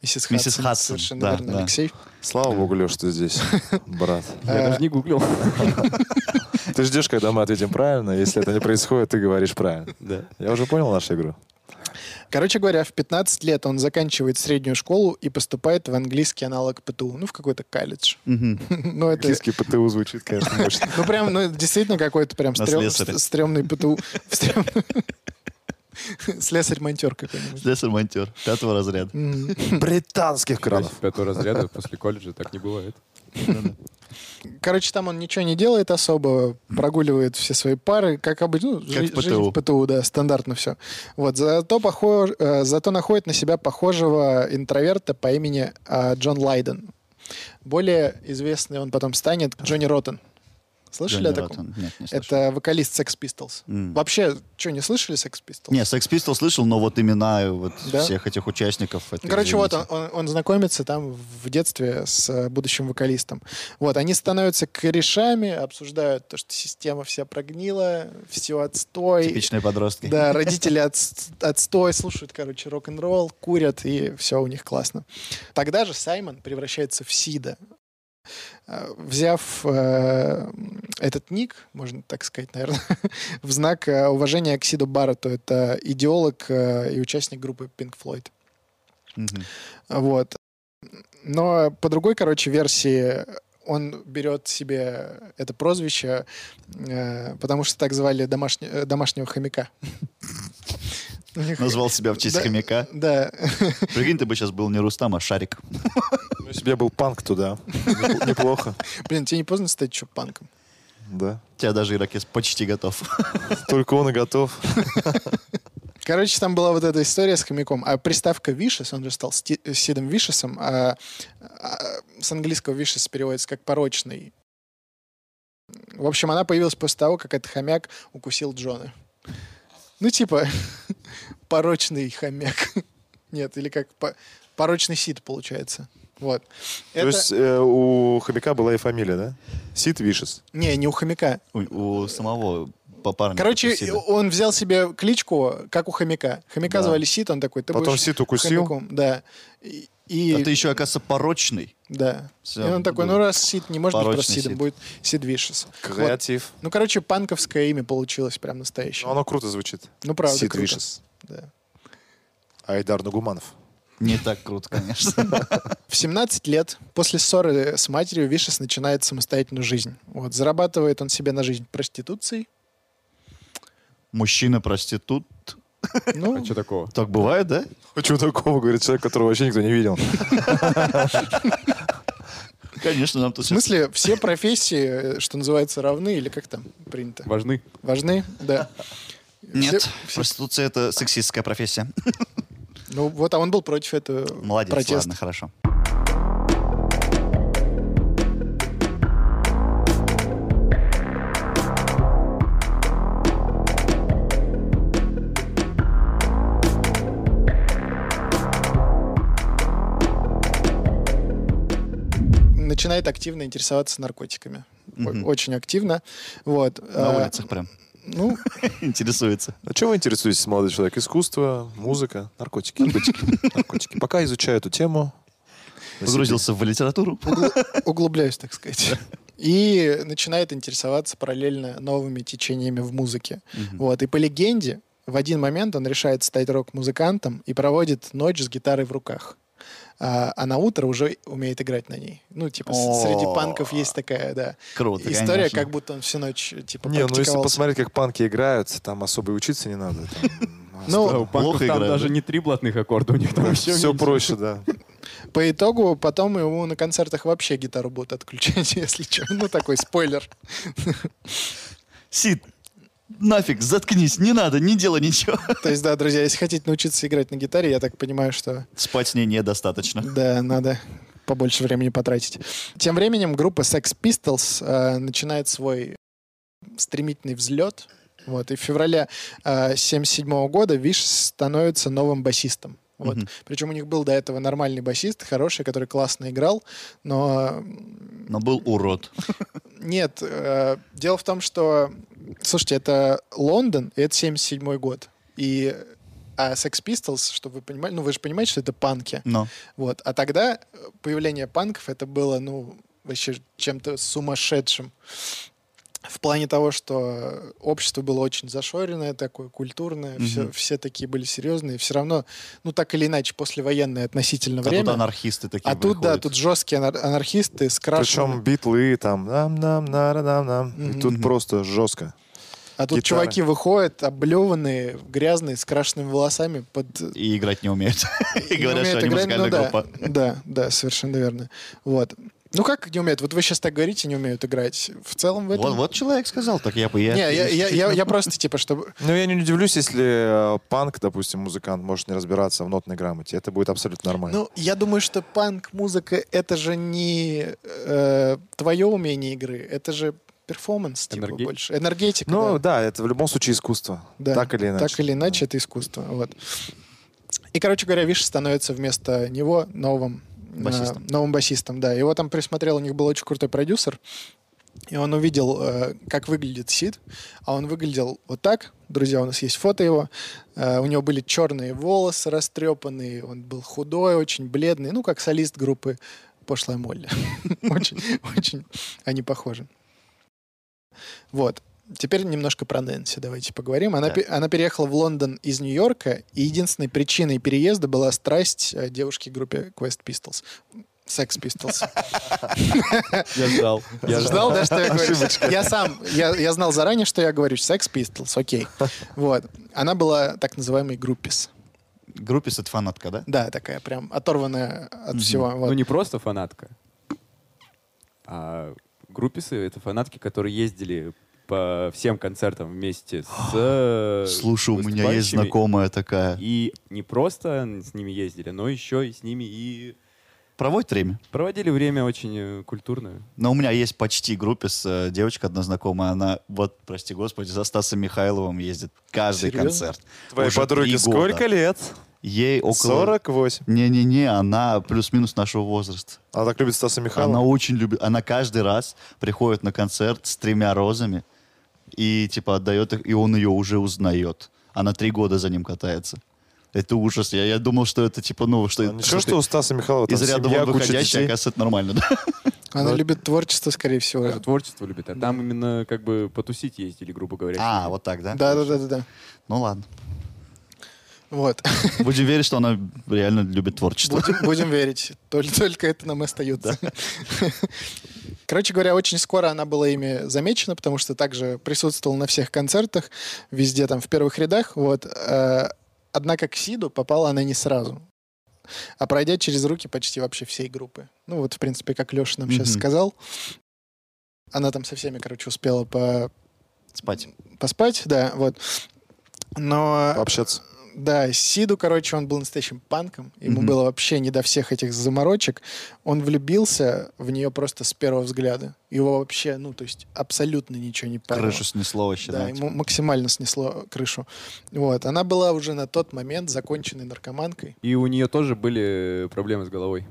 Speaker 5: Миссис Хадсон.
Speaker 4: Миссис Хадсон,
Speaker 5: Совершенно
Speaker 4: да,
Speaker 5: верно,
Speaker 4: да.
Speaker 5: Алексей.
Speaker 3: Слава богу, Леш, ты здесь, брат.
Speaker 2: Я
Speaker 5: Э,
Speaker 2: даже не гуглил.
Speaker 3: Ты ждешь, когда мы ответим правильно. Если это не происходит, ты говоришь правильно.
Speaker 2: Да.
Speaker 3: Я уже понял нашу игру.
Speaker 5: Короче говоря, в 15 лет он заканчивает среднюю школу и поступает в английский аналог ПТУ. Ну, в какой-то колледж.
Speaker 4: Мгм.
Speaker 5: Ну, это...
Speaker 3: Английский ПТУ звучит, конечно, мощно.
Speaker 5: Ну, прям, ну, действительно какой-то прям
Speaker 4: На
Speaker 5: стрём-
Speaker 4: слесаря.
Speaker 5: ст- стрёмный ПТУ. Стрём- Слесарь-монтёр какой-нибудь.
Speaker 4: Слесарь-монтер пятого разряда.
Speaker 5: Мгм.
Speaker 3: Британских кранов.
Speaker 2: После Пятого разряда после колледжа так не бывает.
Speaker 5: Короче, там он ничего не делает особо, прогуливает все свои пары, как обычно, ну, жи-
Speaker 4: в ПТУ.
Speaker 5: жизнь в ПТУ, да, стандартно все. Вот, зато, похож, э, зато находит на себя похожего интроверта по имени э, Джон Лайден. Более известный он потом станет Джонни Роттен. Слышали
Speaker 4: Джонни
Speaker 5: о таком?
Speaker 4: Роттен. Нет, не слышал.
Speaker 5: Это вокалист Sex Pistols.
Speaker 4: М.
Speaker 5: Вообще, что, не слышали Sex Pistols?
Speaker 4: Не, Sex Pistol слышал, но вот имена э, вот
Speaker 5: Да?
Speaker 4: всех этих участников. это,
Speaker 5: Ну, Короче, вот он,
Speaker 4: извините.
Speaker 5: он- он знакомится там в детстве с э, будущим вокалистом. Вот, они становятся корешами, обсуждают то, что система вся прогнила, все отстой.
Speaker 4: Типичные подростки.
Speaker 5: Да, родители отс- отстой, слушают, короче, рок-н-ролл, курят, и все у них классно. Тогда же Саймон превращается в Сида. Э, Взяв э, этот ник, можно так сказать, наверное, в знак э, уважения к Сиду Барретту, это идеолог э, и участник группы Pink Floyd.
Speaker 4: Мгм.
Speaker 5: Вот. Но по другой, короче, версии он берет себе это прозвище, э, потому что так звали домашне- э, домашнего хомяка. У них-
Speaker 4: Назвал себя в честь
Speaker 5: Да.
Speaker 4: хомяка.
Speaker 5: Да,
Speaker 4: Прикинь, ты бы сейчас был не Рустам, а Шарик.
Speaker 3: Ну, если бы я был панк, то да. Непл- Неплохо,
Speaker 5: блин, тебе не поздно стать еще панком?
Speaker 3: да.
Speaker 4: У тебя даже ирокез почти готов.
Speaker 3: Только он и готов.
Speaker 5: Короче, там была вот эта история с хомяком. А приставка Вишес, он же стал Сти- э, Сидом Вишесом, а, а, с английского Вишес переводится как порочный. В общем, она появилась после того, как этот хомяк укусил Джона. Ну, типа, порочный хомяк. Нет, или как по- порочный Сид, получается. Вот.
Speaker 3: То
Speaker 5: Это...
Speaker 3: есть э, у хомяка была и фамилия, да? Сид Вишес.
Speaker 5: Не, не у хомяка.
Speaker 4: У, у самого
Speaker 3: Ну,
Speaker 4: попарника.
Speaker 5: Короче,
Speaker 4: Сида.
Speaker 5: он взял себе кличку, как у хомяка. Хомяка
Speaker 4: Да.
Speaker 5: звали Сид, он такой, ты
Speaker 3: Потом
Speaker 5: будешь
Speaker 3: Сид укусил.
Speaker 5: хомяком. Да. И, и-
Speaker 4: А ты еще, оказывается, порочный.
Speaker 5: Да.
Speaker 4: Всё,
Speaker 5: и он такой,
Speaker 4: будет
Speaker 5: ну раз Сид не может быть
Speaker 4: порочный
Speaker 5: просто Сидом,
Speaker 4: Сид.
Speaker 5: будет Сид Вишес. Вот.
Speaker 3: Креатив.
Speaker 5: Ну, короче, панковское имя получилось прям настоящее.
Speaker 3: Но оно круто звучит.
Speaker 5: Ну, правда,
Speaker 3: Сид
Speaker 5: круто.
Speaker 3: Вишес.
Speaker 5: Да.
Speaker 3: Айдар Нугуманов.
Speaker 4: Не так круто, конечно.
Speaker 5: В 17 лет после ссоры с матерью Вишес начинает самостоятельную жизнь. Вот, зарабатывает он себе на жизнь проституцией.
Speaker 4: Мужчина-проститут.
Speaker 5: Ну,
Speaker 2: А что такого?
Speaker 4: Так бывает, да?
Speaker 3: Хочу такого, говорит человек, которого вообще никто не видел.
Speaker 4: Конечно, нам
Speaker 5: в
Speaker 4: тут сейчас...
Speaker 5: смысле, все профессии, э, что называется, равны или как там принято?
Speaker 2: Важны?
Speaker 5: Важны? Да.
Speaker 4: Нет,
Speaker 5: Все- все-
Speaker 4: проституция — это сексистская профессия.
Speaker 5: ну вот, а он был против этого
Speaker 4: Молодец,
Speaker 5: протеста.
Speaker 4: ладно, хорошо.
Speaker 5: Начинает активно интересоваться наркотиками. О-
Speaker 4: Мгм.
Speaker 5: Очень активно. Вот.
Speaker 4: На
Speaker 5: А,
Speaker 4: улицах прям
Speaker 5: Ну,
Speaker 4: интересуется.
Speaker 3: А чем вы интересуетесь, молодой человек? Искусство, музыка, наркотики. Наркотики. наркотики. Пока изучаю эту тему.
Speaker 4: Погрузился в литературу.
Speaker 5: углубляюсь, так сказать. И начинает интересоваться параллельно новыми течениями в музыке. Вот. И по легенде, в один момент он решает стать рок-музыкантом и проводит ночь с гитарой в руках. А, а на утро уже умеет играть на ней. Ну, типа, с- среди
Speaker 4: О.
Speaker 5: панков есть такая, да.
Speaker 4: Круто,
Speaker 5: История,
Speaker 4: конечно.
Speaker 5: как будто он всю ночь, типа,
Speaker 3: Не, ну если
Speaker 5: практиковался.
Speaker 3: посмотреть, как панки играют, там особо и учиться не надо. Там,
Speaker 5: Ну,
Speaker 2: Да, у панков
Speaker 4: плохо
Speaker 2: там
Speaker 4: играют,
Speaker 2: даже
Speaker 4: да?
Speaker 2: не три блатных аккорда у них, там еще
Speaker 3: все проще, да.
Speaker 5: По итогу, потом ему на концертах вообще гитару будут отключать, если что. Ну, такой спойлер.
Speaker 4: Сид, нафиг, заткнись, не надо, не делай ничего.
Speaker 5: То есть, да, друзья, если хотите научиться играть на гитаре, я так понимаю, что
Speaker 4: Спать с ней недостаточно.
Speaker 5: Да, надо побольше времени потратить. Тем временем группа Sex Pistols э, начинает свой стремительный взлет. Вот, и в феврале 1977 года Виш становится новым басистом. Вот.
Speaker 4: Мгм.
Speaker 5: Причем у них был до этого нормальный басист, хороший, который классно играл, но м,
Speaker 4: Но был урод.
Speaker 5: нет. э, дело в том, что, слушайте, это Лондон, и это 77 год. И а Sex Pistols, чтобы вы понимали, ну вы же понимаете, что это панки.
Speaker 4: Но.
Speaker 5: Вот. А тогда э, появление панков это было, ну, вообще чем-то сумасшедшим. В плане того, что общество было очень зашоренное, такое культурное, все,
Speaker 4: Мгм.
Speaker 5: все такие были серьезные. Все равно, ну, так или иначе, послевоенное относительно
Speaker 4: А
Speaker 5: время.
Speaker 4: тут анархисты такие
Speaker 5: а тут, да,
Speaker 4: выходят.
Speaker 5: тут жесткие анар- анархисты с
Speaker 3: Причем битлы там нам нам нам нам нам И тут
Speaker 4: Мгм.
Speaker 3: просто жестко.
Speaker 5: А тут
Speaker 3: гитары.
Speaker 5: чуваки выходят, облеванные, грязные, с крашенными волосами под э,
Speaker 4: И играть не умеют. И
Speaker 5: Не
Speaker 4: говорят, что
Speaker 5: умеют
Speaker 4: они
Speaker 5: играть, ну
Speaker 4: музыкальная группа.
Speaker 5: Да, да, да, совершенно верно. Вот. Ну как не умеют? Вот вы сейчас так говорите, не умеют играть. В целом в этом...
Speaker 4: Вот, вот человек сказал, так я бы...
Speaker 5: Не, я, я, я, я просто типа, чтобы...
Speaker 3: Ну, я не удивлюсь, если э, панк, допустим, музыкант может не разбираться в нотной грамоте. Это будет абсолютно нормально.
Speaker 5: Ну, я думаю, что панк-музыка — это же не э, твое умение игры, это же перформанс, типа,
Speaker 2: Энергетика.
Speaker 5: больше. Энергетика,
Speaker 3: Ну,
Speaker 5: да.
Speaker 3: да, это в любом случае искусство.
Speaker 5: Да.
Speaker 3: Так или иначе.
Speaker 5: Так или иначе, это искусство, вот. И, короче говоря, Виш становится вместо него новым э,
Speaker 4: Басистом.
Speaker 5: новым басистом, да. Его там присмотрел, у них был очень крутой продюсер, и он увидел, э, как выглядит Сид, а он выглядел вот так. Друзья, у нас есть фото его. Э, у него были черные волосы растрепанные, он был худой, очень бледный, ну, как солист группы «Пошлая Молли». Очень, очень они похожи. Вот. Теперь немножко про Нэнси давайте поговорим. Она, пе- она переехала в Лондон из Нью-Йорка, и единственной причиной переезда была страсть э, девушки к группе Quest Pistols. Sex Pistols.
Speaker 2: Я ждал. Я
Speaker 5: Ждал,
Speaker 2: ждал.
Speaker 5: да, что я говорю? Я сам, я, я знал заранее, что я говорю. Sex Pistols, окей. Вот. Она была так называемой группис.
Speaker 4: Группис — это фанатка, да?
Speaker 5: Да, такая прям оторванная от всего. вот.
Speaker 2: Ну, не просто фанатка. А групписы — это фанатки, которые ездили по всем концертам вместе с... э,
Speaker 4: Слушай, у меня есть
Speaker 2: выступающими.
Speaker 4: знакомая такая.
Speaker 2: И не просто с ними ездили, но еще и с ними и
Speaker 4: Проводит время.
Speaker 2: проводили время очень э, культурное.
Speaker 4: Но у меня есть почти группис, э, девочка одна знакомая, она, вот, прости господи, за Стасом Михайловым ездит каждый
Speaker 5: Серьезно?
Speaker 4: концерт.
Speaker 3: Твоей
Speaker 4: Уже три
Speaker 3: подруге
Speaker 4: года.
Speaker 3: сколько лет?
Speaker 4: Ей около...
Speaker 3: 48.
Speaker 4: Не-не-не, она плюс-минус нашего возраста.
Speaker 3: Она так любит Стаса
Speaker 4: Она
Speaker 3: Михайлова.
Speaker 4: очень любит. Она каждый раз приходит на концерт с тремя розами и типа отдает их, и он ее уже узнает. Она три года за ним катается. Это ужас. Я, я думал, что это типа, ну, что...
Speaker 3: А Ничего, что у Стаса Михайлова там
Speaker 4: Из ряда
Speaker 3: семья,
Speaker 4: вон
Speaker 3: куча
Speaker 4: выходящая,
Speaker 3: детей.
Speaker 4: оказывается, это нормально, да?
Speaker 2: ну,
Speaker 5: Она любит творчество, скорее всего.
Speaker 2: Это творчество любит. А там именно как бы потусить ездили, грубо говоря.
Speaker 4: А, вот так, да?
Speaker 5: Да-да-да-да.
Speaker 4: Ну ладно.
Speaker 5: Вот.
Speaker 4: Будем верить, что она реально любит творчество.
Speaker 5: Будем, будем верить. Только, только это нам и остается. Короче говоря, очень скоро она была ими замечена, потому что также присутствовала на всех концертах, везде там в первых рядах. Вот. Э, Однако к Сиду попала она не сразу, а пройдя через руки почти вообще всей группы. Ну вот, в принципе, как Леша нам сейчас
Speaker 4: Мгм.
Speaker 5: сказал. Она там со всеми, короче, успела по-
Speaker 4: Спать.
Speaker 5: поспать, да, вот. Но...
Speaker 3: Общаться.
Speaker 5: Да, Сиду, короче, он был настоящим панком. Ему
Speaker 4: Мгм.
Speaker 5: было вообще не до всех этих заморочек. Он влюбился в нее просто с первого взгляда. Его вообще, ну, то есть абсолютно ничего не парило.
Speaker 4: Крышу типа. снесло вообще,
Speaker 5: Да,
Speaker 4: да?
Speaker 5: ему максимально снесло крышу. Вот. Она была уже на тот момент законченной наркоманкой.
Speaker 2: И у нее тоже были э, проблемы с головой.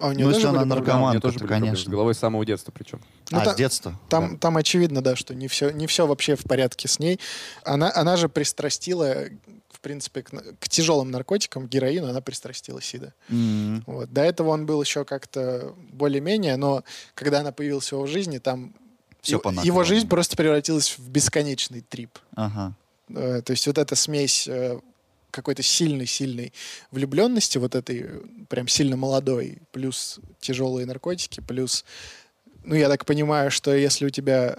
Speaker 5: А у нее
Speaker 4: Ну,
Speaker 5: тоже
Speaker 4: если она
Speaker 5: были проблемы?
Speaker 2: Да, у
Speaker 4: наркоманка,
Speaker 2: нее тоже
Speaker 4: то,
Speaker 2: были проблемы с
Speaker 4: конечно.
Speaker 2: головой с самого детства причем.
Speaker 5: Ну,
Speaker 4: А,
Speaker 5: та-
Speaker 4: с детства?
Speaker 5: Там, там очевидно, да, что не все, не все вообще в порядке с ней. Она, она же пристрастила, в принципе, к, на- к тяжелым наркотикам, к героину, она пристрастила Сида.
Speaker 4: М.
Speaker 5: Вот. До этого он был еще как-то более-менее, но когда она появилась в его жизни, там
Speaker 4: Всё
Speaker 5: его-
Speaker 4: понакрывало.
Speaker 5: его жизнь просто превратилась в бесконечный трип.
Speaker 4: Ага.
Speaker 5: Э, То есть вот эта смесь э, какой-то сильной-сильной влюбленности, вот этой э, прям сильно молодой, плюс тяжелые наркотики, плюс, ну я так понимаю, что если у тебя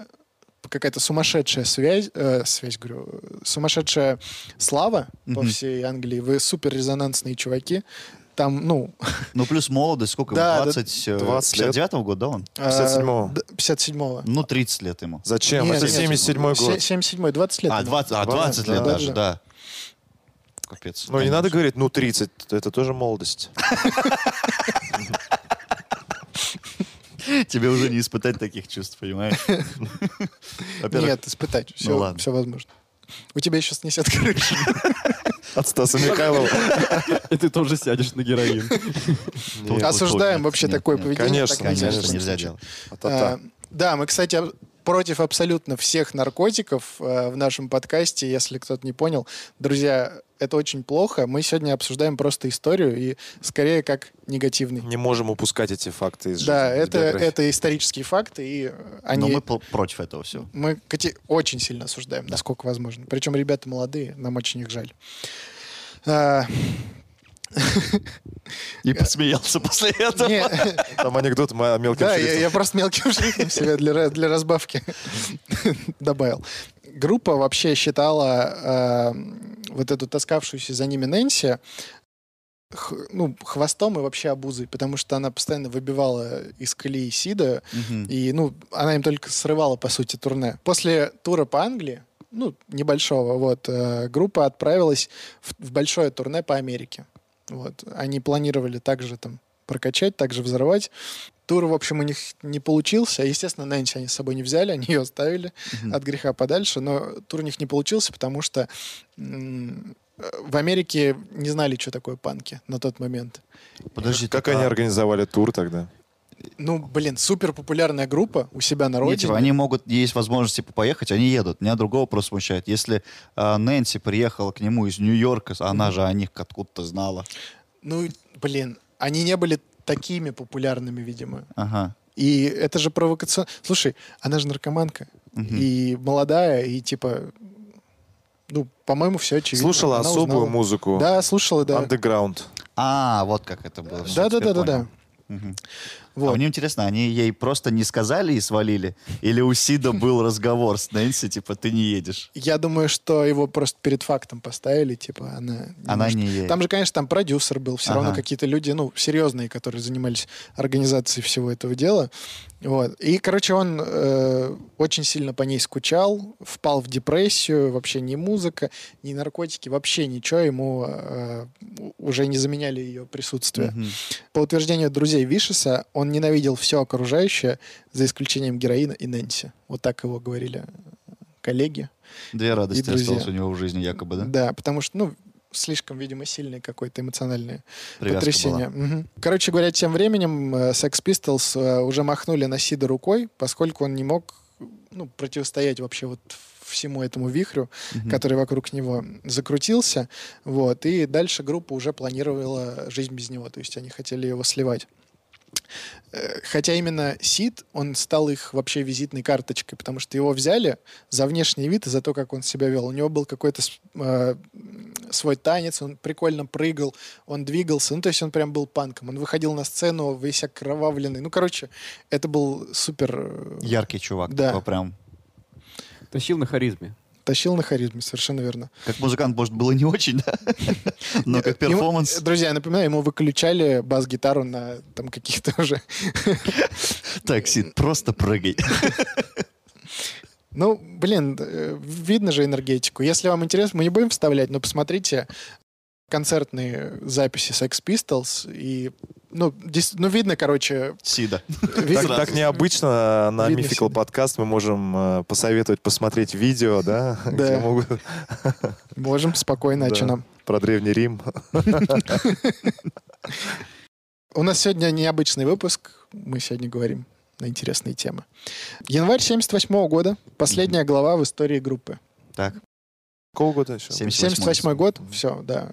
Speaker 5: какая-то сумасшедшая связь, э, связь говорю, э, сумасшедшая слава по
Speaker 4: Мгм.
Speaker 5: всей Англии, вы супер резонансные чуваки, там, ну,
Speaker 4: Ну, плюс молодость, сколько?
Speaker 5: Да, да,
Speaker 4: 20... э,
Speaker 3: 20 лет.
Speaker 4: 59-го года, да, он?
Speaker 3: 57-го.
Speaker 5: А, д- 57-го.
Speaker 4: Ну, 30 лет ему.
Speaker 3: Зачем?
Speaker 5: Нет,
Speaker 3: Это
Speaker 5: нет,
Speaker 3: 77-й
Speaker 5: Се-
Speaker 3: год.
Speaker 5: 77-й, 20 лет.
Speaker 4: А,
Speaker 5: ему.
Speaker 4: 20, а, 20 лет
Speaker 3: Да,
Speaker 4: даже,
Speaker 5: да.
Speaker 4: да. Капец.
Speaker 3: Ну, не надо говорить, ну, 30. Это тоже молодость.
Speaker 4: Тебе уже не испытать таких чувств, понимаешь? Во-первых, Ну
Speaker 5: Нет, испытать. Все,
Speaker 4: ладно. Ну,
Speaker 5: все возможно. У тебя еще снесет крышу.
Speaker 3: От Стаса Михайлова.
Speaker 2: И ты тоже сядешь на героин.
Speaker 4: тут- тут-
Speaker 5: Осуждаем
Speaker 4: нет,
Speaker 5: вообще
Speaker 4: нет,
Speaker 5: такое
Speaker 4: нет,
Speaker 5: поведение.
Speaker 3: конечно,
Speaker 5: так
Speaker 4: Конечно,
Speaker 5: в
Speaker 4: конечно,
Speaker 5: коем
Speaker 4: нельзя
Speaker 5: случае.
Speaker 4: делать.
Speaker 3: Та-та.
Speaker 5: А, Да, мы, кстати, об- против абсолютно всех наркотиков э, в нашем подкасте, если кто-то не понял. Друзья, это очень плохо. Мы сегодня обсуждаем просто историю и скорее как негативный.
Speaker 3: Не можем упускать эти факты из жизни.
Speaker 5: А, Да,
Speaker 3: из
Speaker 5: это,
Speaker 3: биографии.
Speaker 5: это исторические факты, и э,
Speaker 4: Но
Speaker 5: они
Speaker 4: мы по- против этого всего.
Speaker 5: Мы кати- очень сильно осуждаем, насколько возможно. Причем ребята молодые, нам очень их жаль. А, Э,
Speaker 4: И посмеялся после этого.
Speaker 5: не,
Speaker 3: Там анекдот ма- мелким
Speaker 5: да, я,
Speaker 3: шрифтом.
Speaker 5: я просто мелким шрифтом себя для, ра- для разбавки добавил. Группа вообще считала а, вот эту таскавшуюся за ними Нэнси х- ну, хвостом и вообще обузой, потому что она постоянно выбивала из колеи Сида,
Speaker 4: Мгм.
Speaker 5: И, ну, она им только срывала, по сути, турне. После тура по Англии, ну, небольшого, вот, э, группа отправилась в, в большое турне по Америке. Вот. Они планировали также там прокачать, также взорвать. Тур, в общем, у них не получился. Естественно, Нэнси они с собой не взяли, они ее оставили
Speaker 4: Мгм.
Speaker 5: от греха подальше, но тур у них не получился, потому что м, э, в Америке не знали, что такое панки на тот момент.
Speaker 4: Подожди,
Speaker 3: Как
Speaker 4: так,
Speaker 3: они
Speaker 4: а-
Speaker 3: организовали тур тогда?
Speaker 5: Ну, блин, супер популярная группа у себя на
Speaker 4: Не,
Speaker 5: родине.
Speaker 4: типа, они могут, есть возможность типа, поехать, они едут. Меня другого просто смущает. Если а, Нэнси приехала к нему из Нью-Йорка, она же о них откуда-то знала.
Speaker 5: Ну, и, блин, они не были такими популярными, видимо.
Speaker 4: Ага.
Speaker 5: И это же провокационно. Слушай, она же наркоманка. и молодая, и типа, ну, по-моему, все очевидно.
Speaker 3: Слушала
Speaker 5: Она
Speaker 3: особую
Speaker 5: узнала.
Speaker 3: музыку.
Speaker 5: Да, слушала, да.
Speaker 3: Underground.
Speaker 4: А, вот как это было. всё,
Speaker 5: Да, да, да,
Speaker 4: теперь
Speaker 5: да,
Speaker 4: понял.
Speaker 5: да.
Speaker 4: Мгм.
Speaker 5: Вот.
Speaker 4: А мне интересно, они ей просто не сказали и свалили? Или у Сида был разговор с Нэнси, типа, ты не едешь?
Speaker 5: Я думаю, что его просто перед фактом поставили, типа, она...
Speaker 4: Она
Speaker 5: может-
Speaker 4: не едет.
Speaker 5: Там же, конечно, там продюсер был, все равно
Speaker 4: Ага.
Speaker 5: какие-то люди, ну, серьезные, которые занимались организацией всего этого дела. Вот. И, короче, он э, очень сильно по ней скучал, впал в депрессию, вообще ни музыка, ни наркотики, вообще ничего, ему э, уже не заменяли ее присутствие.
Speaker 4: Мгм.
Speaker 5: По утверждению друзей Вишеса, он ненавидел все окружающее, за исключением героина и Нэнси. Вот так его говорили э, коллеги.
Speaker 4: Две радости
Speaker 5: друзья.
Speaker 4: осталось у него в жизни якобы, типа, да?
Speaker 5: Да, потому что, ну, слишком, видимо, сильное какое-то эмоциональное
Speaker 4: Привязка
Speaker 5: потрясение. Мгм. Короче говоря, тем временем э, Sex Pistols э, уже махнули на Сида рукой, поскольку он не мог ну, противостоять вообще вот всему этому вихрю,
Speaker 4: Мгм.
Speaker 5: который вокруг него закрутился. Вот, и дальше группа уже планировала жизнь без него, то есть они хотели его сливать. Э, Хотя именно Сид, он стал их вообще визитной карточкой, потому что его взяли за внешний вид и за то, как он себя вел. У него был какой-то с- э, свой танец, он прикольно прыгал, он двигался, ну, то есть он прям был панком. Он выходил на сцену весь окровавленный. Ну, короче, это был супер... э,
Speaker 4: Яркий чувак,
Speaker 5: Да.
Speaker 4: такой прям.
Speaker 2: Тащил на харизме.
Speaker 5: Тащил на харизме, совершенно верно.
Speaker 4: Как музыкант, может, было не очень, да? Но как
Speaker 5: Ему- э,
Speaker 4: перформанс...
Speaker 5: друзья, я напоминаю, ему выключали бас-гитару на там каких-то уже...
Speaker 4: Так, Сид, просто прыгай.
Speaker 5: Ну, блин, э, видно же энергетику. Если вам интересно, мы не будем вставлять, но посмотрите концертные записи Sex Pistols и... Ну, дес- ну видно, короче...
Speaker 4: Сида.
Speaker 5: видно-
Speaker 3: Так, так необычно на
Speaker 5: Видно
Speaker 3: Мификал
Speaker 5: всегда.
Speaker 3: подкаст мы можем э, посоветовать посмотреть видео, да, где могут
Speaker 5: Можем спокойно, а
Speaker 3: Да.
Speaker 5: чё нам?
Speaker 3: про Древний Рим.
Speaker 5: У нас сегодня необычный выпуск. Мы сегодня говорим на интересные темы. Январь 78 года. Последняя глава в истории группы.
Speaker 4: Так,
Speaker 3: Какого года еще?
Speaker 5: 78 год, все, да.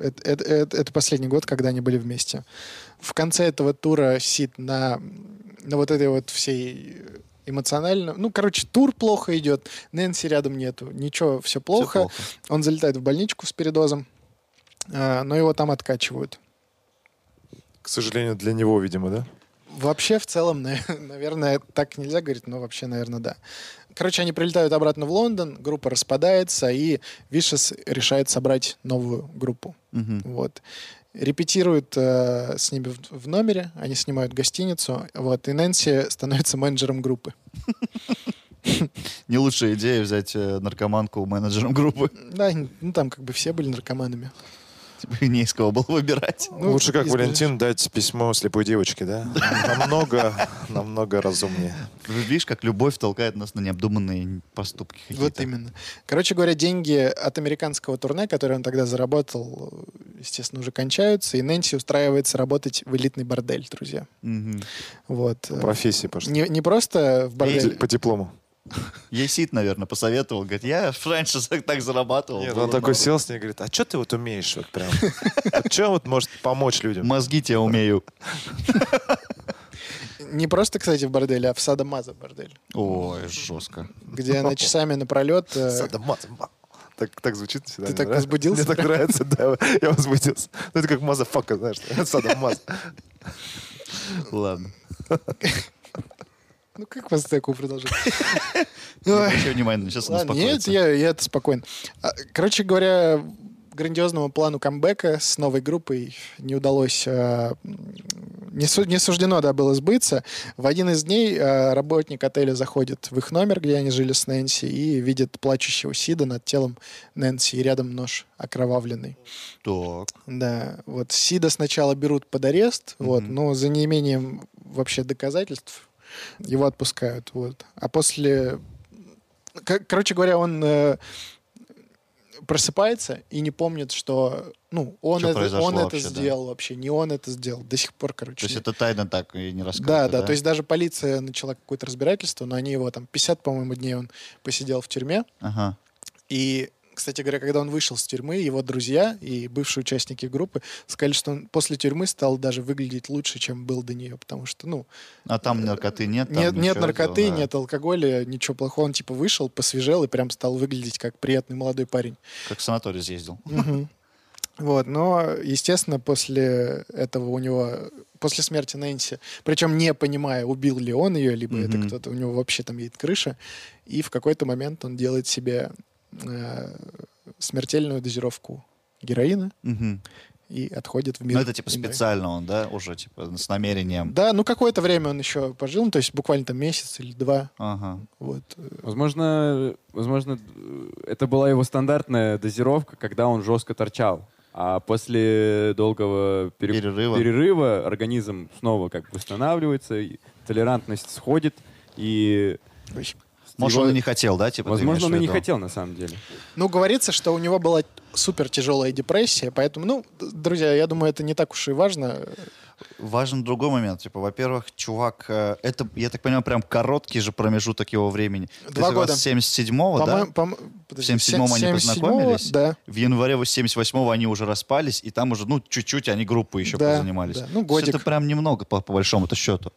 Speaker 5: Это, это- это- это последний год, когда они были вместе. В конце этого тура Сид на, на вот этой вот всей эмоционально... Ну, короче, тур плохо идет, Нэнси рядом нету, ничего, все
Speaker 4: Всё
Speaker 5: плохо.
Speaker 4: плохо.
Speaker 5: Он залетает в больничку с передозом, а, но его там откачивают.
Speaker 3: К сожалению, для него, видимо, да?
Speaker 5: Вообще, в целом, на- наверное, так нельзя говорить, но вообще, наверное, да. Короче, они прилетают обратно в Лондон, группа распадается, и Вишес решает собрать новую группу.
Speaker 4: Мгм.
Speaker 5: Вот. Репетируют э, с ними в, в номере, они снимают гостиницу, вот, и Нэнси становится менеджером группы.
Speaker 4: Не лучшая идея взять э, наркоманку менеджером группы.
Speaker 5: Да, н- ну там как бы все были наркоманами.
Speaker 4: Тебе Типа, не из кого было выбирать.
Speaker 5: Ну,
Speaker 3: Лучше как
Speaker 5: избежишь.
Speaker 3: Валентин дать письмо слепой девочке, да? Намного, намного разумнее.
Speaker 4: Видишь, как любовь толкает нас на необдуманные поступки какие-то.
Speaker 5: Вот именно. Короче говоря, деньги от американского турне, который он тогда заработал, э, естественно, уже кончаются, и Нэнси устраивается работать в элитный бордель, друзья.
Speaker 4: Мгм.
Speaker 5: Вот.
Speaker 3: Ну,
Speaker 5: э,
Speaker 3: Профессии пошли.
Speaker 5: Не, не просто в борделе.
Speaker 3: По диплому.
Speaker 4: Ей Сид, наверное, посоветовал. Говорит, я раньше так зарабатывал.
Speaker 3: Нет,
Speaker 4: было
Speaker 3: он такой
Speaker 4: норм.
Speaker 3: сел с ней и говорит, а что ты вот умеешь вот прям? Что вот может помочь людям?
Speaker 4: Мозги тебе умею.
Speaker 5: Не просто, кстати, в борделе, а в Садомаза бордель,
Speaker 4: Ой, жестко.
Speaker 5: где она часами напролет... э,
Speaker 3: Садомаза. Так, так звучит всегда.
Speaker 5: Ты
Speaker 3: мне
Speaker 5: так
Speaker 3: нравится.
Speaker 5: возбудился?
Speaker 3: Мне так нравится, да. Я возбудился. Ну, это как мазафака, знаешь. Садомаз.
Speaker 4: Ладно.
Speaker 5: Ну как вас такую продолжить?
Speaker 4: Не
Speaker 5: Ой.
Speaker 4: обращай внимания, сейчас он
Speaker 5: Ладно, Нет,
Speaker 4: успокоится.
Speaker 5: я, я это спокойно. А, Короче говоря, грандиозному плану камбэка с новой группой не удалось, а, м, не, су- не суждено да, было сбыться. В один из дней а, работник отеля заходит в их номер, где они жили с Нэнси, и видит плачущего Сида над телом Нэнси, и рядом нож окровавленный.
Speaker 4: Так.
Speaker 5: Да, вот Сида сначала берут под арест, вот, но за неимением вообще доказательств его отпускают, вот. А после, Кор- короче говоря, он э, просыпается и не помнит, что, ну, он
Speaker 4: Что
Speaker 5: это,
Speaker 4: произошло
Speaker 5: он это
Speaker 4: вообще, да.
Speaker 5: сделал вообще, не он это сделал, до сих пор, короче.
Speaker 4: То есть
Speaker 5: не-
Speaker 4: это тайна так и не раскрыта,
Speaker 5: да, да, то есть даже полиция начала какое-то разбирательство, но они его там 50, по-моему, дней он посидел в тюрьме,
Speaker 4: Ага.
Speaker 5: и Кстати говоря, когда он вышел с тюрьмы, его друзья и бывшие участники группы сказали, что он после тюрьмы стал даже выглядеть лучше, чем был до нее, потому что, ну,
Speaker 4: А там наркоты нет? там
Speaker 5: нет, нет
Speaker 4: ничего
Speaker 5: наркоты,
Speaker 4: этого, да.
Speaker 5: нет алкоголя, ничего плохого. Он типа вышел, посвежел и прям стал выглядеть как приятный молодой парень.
Speaker 4: Как в санаторий съездил.
Speaker 5: Мгм. Вот, но, естественно, после этого у него, после смерти Нэнси, причем не понимая, убил ли он ее, либо это
Speaker 4: Мгм.
Speaker 5: кто-то, у него вообще там едет крыша, и в какой-то момент он делает себе э, смертельную дозировку героина
Speaker 4: Мгм.
Speaker 5: и отходит в мир.
Speaker 4: Ну, это типа
Speaker 5: иной.
Speaker 4: специально он, да, уже типа с намерением.
Speaker 5: Да, ну какое-то время он еще пожил, ну, то есть буквально там месяц или два,
Speaker 4: Ага.
Speaker 5: вот.
Speaker 2: Возможно, возможно, э, это была его стандартная дозировка, когда он жестко торчал. А после долгого пере-
Speaker 4: Перерыва.
Speaker 2: перерыва организм снова как бы восстанавливается, и толерантность сходит, и,
Speaker 4: Может,
Speaker 2: Его-
Speaker 4: он и не хотел, да, типа? ты имеешь
Speaker 2: возможно, он и
Speaker 4: в
Speaker 2: не
Speaker 4: виду?
Speaker 2: хотел на самом деле.
Speaker 5: Ну, говорится, что у него была супер тяжелая депрессия, поэтому, ну, д- друзья, я думаю, это не так уж и важно.
Speaker 4: Важен другой момент. Типа, во-первых, чувак, э, это, я так понимаю, прям короткий же промежуток его времени. Ты
Speaker 5: Два
Speaker 4: сказал,
Speaker 5: года.
Speaker 4: С 77-го, да?
Speaker 5: По-моему, пом- подожди,
Speaker 4: В 77-м они
Speaker 5: 77-го,
Speaker 4: познакомились?
Speaker 5: Да.
Speaker 4: В январе 88-го они уже распались, и там уже, ну, чуть-чуть они группу еще
Speaker 5: Да,
Speaker 4: позанимались.
Speaker 5: да. Ну,
Speaker 4: То есть
Speaker 5: годик.
Speaker 4: Это прям немного, по, по большому-то счету.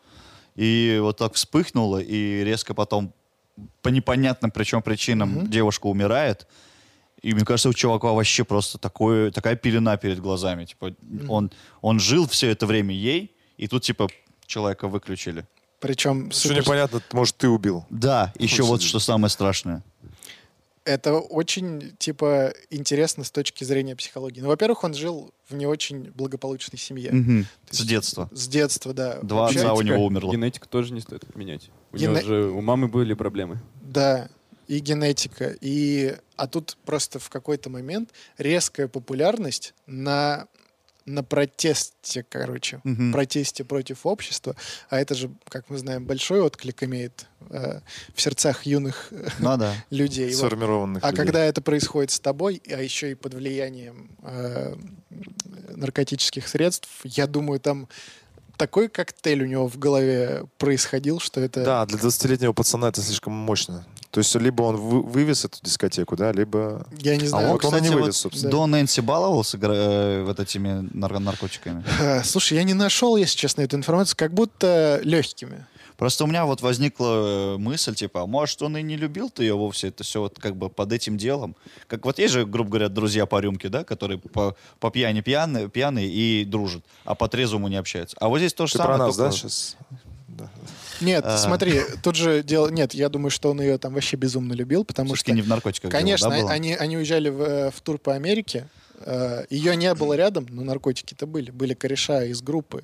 Speaker 4: И вот так вспыхнуло, и резко потом по непонятным причем причинам
Speaker 5: Мгм.
Speaker 4: девушка умирает. И мне кажется, у чувака вообще просто такое, такая пелена перед глазами. Типа, он, он жил все это время ей, и тут, типа, человека выключили.
Speaker 5: Причем
Speaker 3: Что
Speaker 5: супер-
Speaker 3: непонятно, ну, может, ты убил.
Speaker 4: Да, еще вот
Speaker 3: себе.
Speaker 4: что самое страшное.
Speaker 5: это очень, типа, интересно с точки зрения психологии. Ну, во-первых, он жил в не очень благополучной семье.
Speaker 4: Мгм. С детства.
Speaker 5: С детства, да.
Speaker 4: Два
Speaker 5: Вообще,
Speaker 4: отца у него умерло.
Speaker 2: Генетику тоже не стоит отменять. У
Speaker 5: Гене-
Speaker 2: него же у мамы были проблемы.
Speaker 5: Да, и генетика, и... А тут просто в какой-то момент резкая популярность на, на протесте, короче.
Speaker 4: Мгм.
Speaker 5: протесте против общества, а это же, как мы знаем, большой отклик имеет э, в сердцах юных э,
Speaker 4: Ну да.
Speaker 5: людей. Вот.
Speaker 3: Сформированных
Speaker 5: А
Speaker 3: людей.
Speaker 5: когда это происходит с тобой, а еще и под влиянием э, наркотических средств, я думаю, там такой коктейль у него в голове происходил, что это...
Speaker 3: Да, для 20-летнего пацана это слишком мощно. То есть либо он вы- вывез эту дискотеку, да, либо...
Speaker 5: Я не
Speaker 4: А
Speaker 5: знаю.
Speaker 4: он,
Speaker 3: вот он и
Speaker 4: кстати,
Speaker 3: не вылез,
Speaker 4: вот
Speaker 3: собственно.
Speaker 4: до Нэнси баловался гра- э, вот этими нар- наркотиками.
Speaker 5: Э, Слушай, я не нашел, если честно, эту информацию, как будто легкими.
Speaker 4: Просто у меня вот возникла э, мысль, типа, а может, он и не любил-то ее вовсе, это все вот как бы под этим делом. Как вот есть же, грубо говоря, друзья по рюмке, да, которые по, по пьяни пьяные, пьяные и дружат, а по трезвому не общаются. А вот здесь то же
Speaker 3: Ты
Speaker 4: самое.
Speaker 3: про нас, да,
Speaker 4: только-
Speaker 3: сейчас?
Speaker 5: Нет,
Speaker 4: А.
Speaker 5: смотри, тут же дело... Нет, я думаю, что он ее там вообще безумно любил, потому
Speaker 4: Всё-таки
Speaker 5: что...
Speaker 4: не в наркотиках. дело,
Speaker 5: Конечно,
Speaker 4: да, было?
Speaker 5: они, они уезжали в, э, в тур по Америке. Э, Ее не было рядом, но наркотики-то были. Были кореша из группы.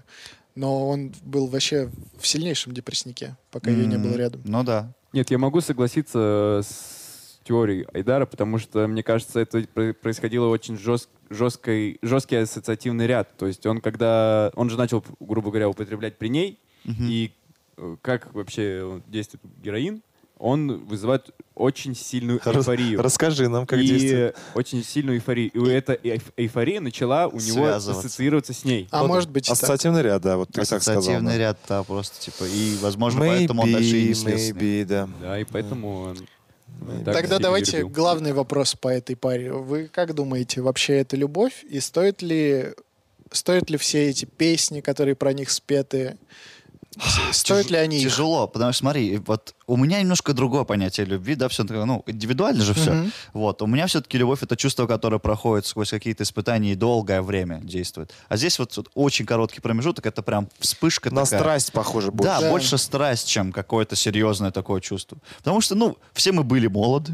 Speaker 5: Но он был вообще в сильнейшем депресснике, пока ее не было
Speaker 4: М,
Speaker 5: рядом.
Speaker 4: Ну да.
Speaker 2: Нет, я могу согласиться э, с теорией Айдара, потому что, мне кажется, это про- происходило очень жест, жесткой, жесткий ассоциативный ряд. То есть он когда... Он же начал, грубо говоря, употреблять при ней, и э, как вообще действует героин, он вызывает очень сильную
Speaker 3: Раз-
Speaker 2: эйфорию.
Speaker 3: Расскажи нам, как
Speaker 2: и
Speaker 3: действует.
Speaker 2: очень сильную эйфорию. И эта эйф- эйфория начала у него
Speaker 4: Связываться.
Speaker 2: ассоциироваться с ней.
Speaker 5: А
Speaker 3: Вот
Speaker 5: может быть, и так.
Speaker 3: Ассоциативный ряд, да, вот ты так сказал.
Speaker 4: Ассоциативный
Speaker 3: да.
Speaker 4: ряд, да, просто типа. И, возможно, поэтому он дальше и не
Speaker 3: Maybe,
Speaker 4: слез.
Speaker 3: maybe, да.
Speaker 2: Да, и поэтому он... э, так
Speaker 5: Тогда
Speaker 2: сильно
Speaker 5: давайте
Speaker 2: любил.
Speaker 5: главный вопрос по этой паре. Вы как думаете, вообще это любовь? И стоит ли, стоит ли все эти песни, которые про них спеты, с- стоят
Speaker 4: Тяж-
Speaker 5: ли они их?
Speaker 4: Тяжело, потому что смотри, вот у меня немножко другое понятие любви, да, все ну, индивидуально же все.
Speaker 5: Мгм.
Speaker 4: Вот, у меня все-таки любовь — это чувство, которое проходит сквозь какие-то испытания и долгое время действует. А здесь вот, вот очень короткий промежуток, это прям вспышка
Speaker 3: На
Speaker 4: такая.
Speaker 3: страсть похоже больше.
Speaker 4: Да,
Speaker 5: Да.
Speaker 4: больше страсть, чем какое-то серьезное такое чувство. Потому что, ну, все мы были молоды,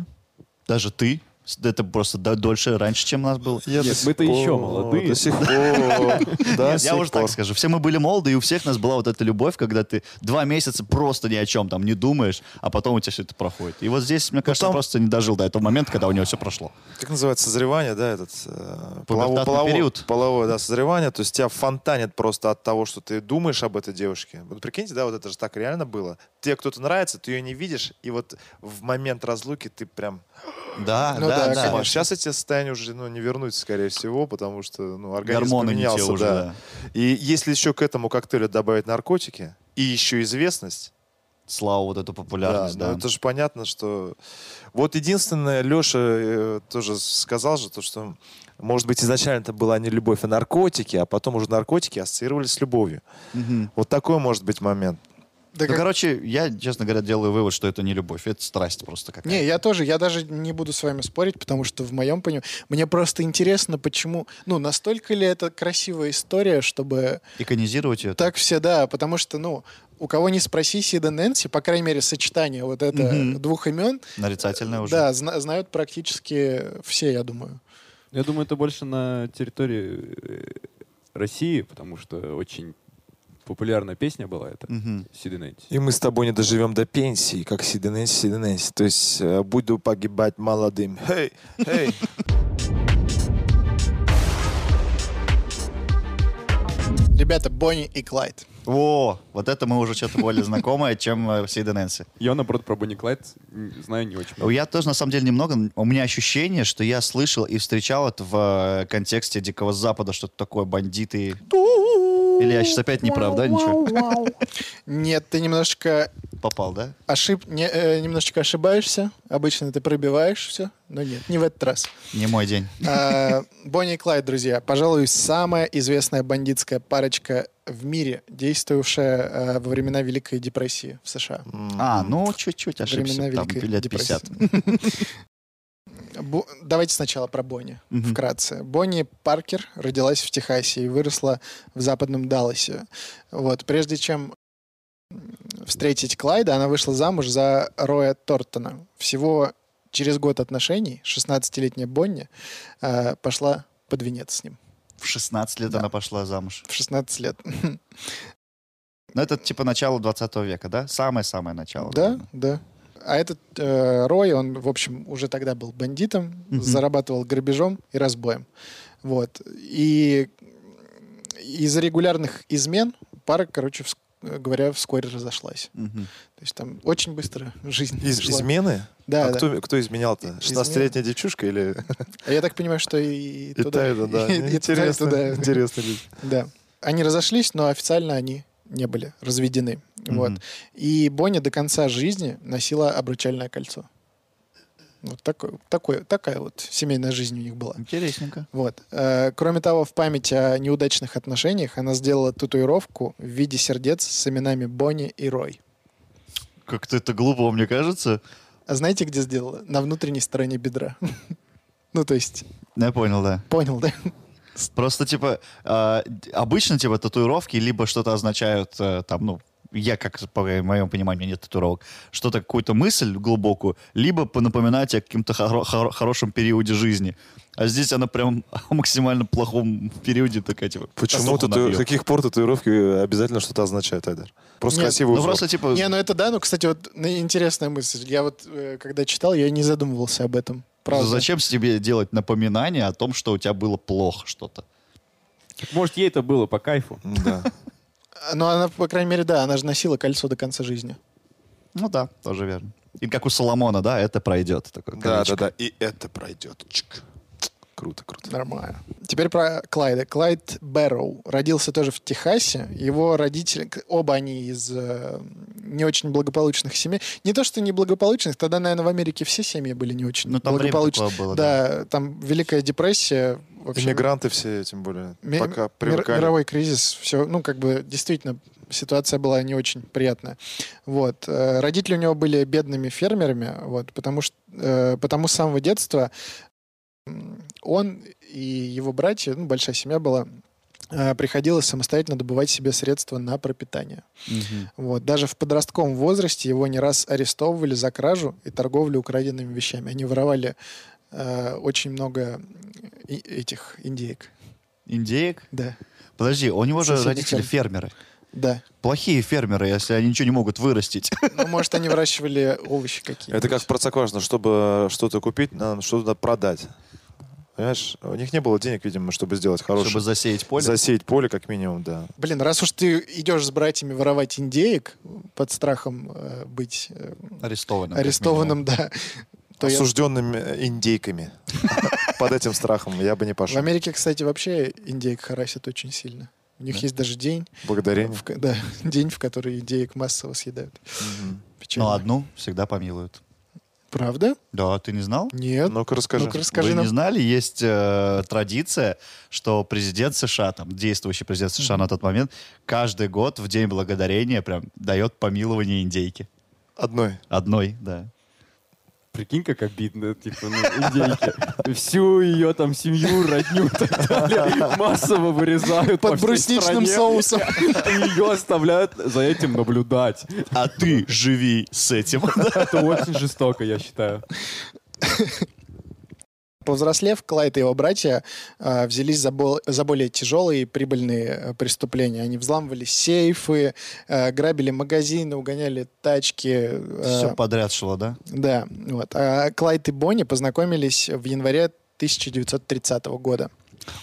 Speaker 4: даже ты, С- это просто до- дольше раньше, чем нас было.
Speaker 3: Я
Speaker 2: Нет,
Speaker 3: до
Speaker 2: мы-то
Speaker 3: сих
Speaker 2: еще
Speaker 3: пор-
Speaker 2: молодые.
Speaker 3: До сих пор. Да,
Speaker 4: Нет,
Speaker 3: с
Speaker 4: я
Speaker 3: сих
Speaker 4: уже так
Speaker 3: пор.
Speaker 4: скажу. Все мы были молоды, и у всех нас была вот эта любовь, когда ты два месяца просто ни о чем там не думаешь, а потом у тебя все это проходит. И вот здесь, мне кажется, он
Speaker 3: там-
Speaker 4: просто не дожил до этого момента, когда у него все прошло.
Speaker 3: Как называется созревание, да, этот э, полово-
Speaker 4: Пубертатный
Speaker 3: полово-
Speaker 4: период.
Speaker 3: половое, да, созревание. То есть тебя фонтанит просто от того, что ты думаешь об этой девушке. Вот прикиньте, да, вот это же так реально было. Тебе кто-то нравится, ты ее не видишь, и вот в момент разлуки ты прям
Speaker 4: Да,
Speaker 5: Ну да,
Speaker 4: да,
Speaker 5: конечно.
Speaker 4: да.
Speaker 3: Сейчас эти состояния уже ну, не вернуть, скорее всего, потому что ну, организм
Speaker 4: Гормоны не те
Speaker 3: поменялся.
Speaker 4: уже,
Speaker 3: да.
Speaker 4: да.
Speaker 3: И если еще к этому коктейлю добавить наркотики и еще известность,
Speaker 4: славу, вот эту
Speaker 3: Да,
Speaker 4: популярность.
Speaker 3: ну
Speaker 4: Да,
Speaker 3: это же понятно, что... Вот единственное, Леша э, тоже сказал же, то, что, может быть, изначально это была не любовь, а наркотики, а потом уже наркотики ассоциировались с любовью.
Speaker 4: Мгм.
Speaker 3: Вот такой может быть момент.
Speaker 5: Да
Speaker 4: Ну,
Speaker 5: как-
Speaker 4: короче, я, честно говоря, делаю вывод, что это не любовь, это страсть просто какая-то.
Speaker 5: Не, я тоже, я даже не буду с вами спорить, потому что в моем понимании... Мне просто интересно, почему... Ну, настолько ли это красивая история, чтобы
Speaker 4: Иконизировать ее.
Speaker 5: так все, да, потому что, ну, у кого не спроси Сида Нэнси, по крайней мере, сочетание вот это
Speaker 4: Мгм.
Speaker 5: двух имен,
Speaker 4: Нарицательное уже.
Speaker 5: да, зна- знают практически все, я думаю.
Speaker 2: Я думаю, это больше на территории э, России, потому что очень популярная песня была эта.
Speaker 4: Мгм.
Speaker 2: Сиды Нэнси.
Speaker 3: И мы с тобой не доживем до пенсии, как Сида Нэнси, Сида Нэнси. То есть э, буду погибать молодым. Эй, эй.
Speaker 5: Ребята, Бонни и Клайд.
Speaker 4: О, вот это мы уже что-то более знакомое, чем э, Сейда Нэнси.
Speaker 2: Я, наоборот, про Бонни Клайд н- знаю не очень много.
Speaker 4: Ну, Я тоже, на самом деле, немного... У меня ощущение, что я слышал и встречал это в э, контексте Дикого Запада, что-то такое, бандиты. Или я сейчас опять неправ, да, ничего?
Speaker 5: Нет, ты немножечко
Speaker 4: Попал, да?
Speaker 5: ошиб... не- э, немножечко ошибаешься. Обычно ты пробиваешь все, но нет, не в этот раз.
Speaker 4: Не мой день.
Speaker 5: А, Бонни и Клайд, друзья, пожалуй, самая известная бандитская парочка в мире, действовавшая э, во времена Великой депрессии в США.
Speaker 4: А, ну, чуть-чуть ошибся.
Speaker 5: Времена
Speaker 4: Там
Speaker 5: Великой
Speaker 4: лет
Speaker 5: депрессии.
Speaker 4: 50.
Speaker 5: Бо- Давайте сначала про Бонни
Speaker 4: Мгм.
Speaker 5: вкратце. Бонни Паркер родилась в Техасе и выросла в западном Далласе. Вот, прежде чем встретить Клайда, она вышла замуж за Роя Тортона. Всего через год отношений 16-летняя Бонни э, пошла под венец с ним
Speaker 4: В 16 лет
Speaker 5: Да.
Speaker 4: она пошла замуж.
Speaker 5: в 16 лет.
Speaker 4: Ну, это типа начало 20 века, да? Самое-самое начало.
Speaker 5: Да,
Speaker 4: наверное.
Speaker 5: да. А этот э, Рой, он, в общем, уже тогда был бандитом,
Speaker 4: Мгм.
Speaker 5: зарабатывал грабежом и разбоем. Вот. И из-за регулярных измен пара, короче, вс- говоря, вскоре разошлась.
Speaker 4: Мгм.
Speaker 5: То есть там очень быстро жизнь
Speaker 3: Из-
Speaker 5: шла.
Speaker 3: измены?
Speaker 5: Да,
Speaker 3: а
Speaker 5: да.
Speaker 3: кто, кто изменял-то?
Speaker 5: Измены.
Speaker 3: 16-летняя девчушка или...
Speaker 5: А Я так понимаю, что и,
Speaker 3: И
Speaker 5: туда,
Speaker 3: та, и та, да.
Speaker 5: и- и туда, и
Speaker 3: Интересно,
Speaker 5: туда.
Speaker 3: интересно. люди.
Speaker 5: Да. Они разошлись, но официально они не были разведены. Вот.
Speaker 4: Мгм.
Speaker 5: И Бонни до конца жизни носила обручальное кольцо. Вот такой, такой, такая вот семейная жизнь у них была.
Speaker 4: Интересненько.
Speaker 5: Вот. Э, Кроме того, в память о неудачных отношениях она сделала татуировку в виде сердец с именами Бонни и Рой.
Speaker 4: Как-то это глупо, мне кажется.
Speaker 5: А знаете, где сделала? На внутренней стороне бедра. Ну, то есть,
Speaker 4: Я понял, да.
Speaker 5: понял, да?
Speaker 4: Просто, типа, э, д- обычно, типа, татуировки либо что-то означают, э, там, ну, я, как по моему пониманию, у меня нет татуировок, что-то, какую-то мысль глубокую, либо по- напоминать о каком-то хоро- хоро- хорошем периоде жизни. А здесь она прям о максимально плохом периоде такая, типа,
Speaker 3: Почему
Speaker 4: «Сдохну,
Speaker 3: тату...
Speaker 4: набью».
Speaker 3: с каких пор татуировки обязательно что-то означают, Айдар? Просто
Speaker 5: Нет,
Speaker 3: красивый
Speaker 4: Ну,
Speaker 3: узор.
Speaker 4: просто, типа,
Speaker 5: Не, ну это да, ну, кстати, вот ну, интересная мысль. Я вот, э, когда читал, я не задумывался об этом. Правда.
Speaker 4: зачем себе делать напоминание о том, что у тебя было плохо что-то?
Speaker 2: Может, ей это было по кайфу.
Speaker 3: Да.
Speaker 5: Ну, она, по крайней мере, да, она же носила кольцо до конца жизни.
Speaker 4: Ну да, тоже верно. И как у Соломона, да, это пройдет. Такое
Speaker 3: Да, да,
Speaker 4: колечко.
Speaker 3: да. И это пройдет. Чик. Круто, круто.
Speaker 5: Нормально. Теперь про Клайда. Клайд Бэрроу родился тоже в Техасе. Его родители, к- оба они из э, не очень благополучных семей. Не то, что неблагополучных, тогда, наверное, в Америке все семьи были не очень
Speaker 4: Ну, там время
Speaker 5: благополучные.
Speaker 4: такое было,
Speaker 5: да, там Великая депрессия. Вообще,
Speaker 3: Иммигранты все, тем более,
Speaker 5: ми-
Speaker 3: пока
Speaker 5: мир-
Speaker 3: привыкали.
Speaker 5: мировой кризис, все, ну, как бы, действительно, ситуация была не очень приятная. Вот. Э, Родители у него были бедными фермерами, вот, потому что, э, потому с самого детства м, он и его братья, ну, большая семья была, э, приходилось самостоятельно добывать себе средства на пропитание.
Speaker 4: Мгм.
Speaker 5: Вот. Даже в подростковом возрасте его не раз арестовывали за кражу и торговлю украденными вещами. Они воровали э, очень много и- этих индейок.
Speaker 4: Индеек?
Speaker 5: Да,
Speaker 4: Подожди, у него же
Speaker 5: Соседи
Speaker 4: родители фермеры.
Speaker 5: да.
Speaker 4: Плохие фермеры, если они ничего не могут вырастить.
Speaker 5: Ну, может, они выращивали овощи какие-то.
Speaker 3: Это как в Простоквашино. Чтобы что-то купить, надо что-то продать. Понимаешь? У них не было денег, видимо, чтобы сделать хорошее.
Speaker 4: Чтобы засеять поле.
Speaker 3: Засеять поле, как минимум, да.
Speaker 5: Блин, раз уж ты идешь с братьями воровать индеек под страхом э, быть э,
Speaker 3: Ну,
Speaker 4: Арестованным. как
Speaker 5: арестованным, да, то я-
Speaker 3: Осужденными э, индейками. Под этим страхом я бы не
Speaker 5: В
Speaker 3: пошел.
Speaker 5: Америке, кстати, вообще индейк харасят очень сильно. У них есть даже день,
Speaker 3: Благодарение.
Speaker 5: в ко- да, день, в который индеек массово съедают. Печально.
Speaker 3: Ну,
Speaker 4: Но одну всегда помилуют.
Speaker 5: Правда?
Speaker 4: Да, а ты не знал?
Speaker 5: Нет.
Speaker 3: Ну-ка расскажи.
Speaker 5: Ну-ка расскажи
Speaker 4: Вы
Speaker 5: нам.
Speaker 4: не знали, есть э, традиция, что президент США, там, действующий президент США на тот момент, каждый год в День Благодарения прям дает помилование индейки.
Speaker 3: Одной.
Speaker 4: Одной, да.
Speaker 2: Прикинь, как обидно, типа, ну, индейки. Всю ее там семью, родню и так далее массово вырезают по
Speaker 5: Под
Speaker 2: всей
Speaker 5: брусничным
Speaker 2: стране.
Speaker 5: соусом.
Speaker 2: И ее оставляют за этим наблюдать.
Speaker 4: А ты живи с этим.
Speaker 2: Это очень жестоко, я считаю.
Speaker 5: Повзрослев, Клайд и его братья а, взялись за, бол- за более тяжелые и прибыльные э, преступления. Они взламывали сейфы, э, грабили магазины, угоняли тачки. э,
Speaker 4: Все подряд шло, да?
Speaker 5: Да, вот. А Клайд и Бонни познакомились в январе 1930 года.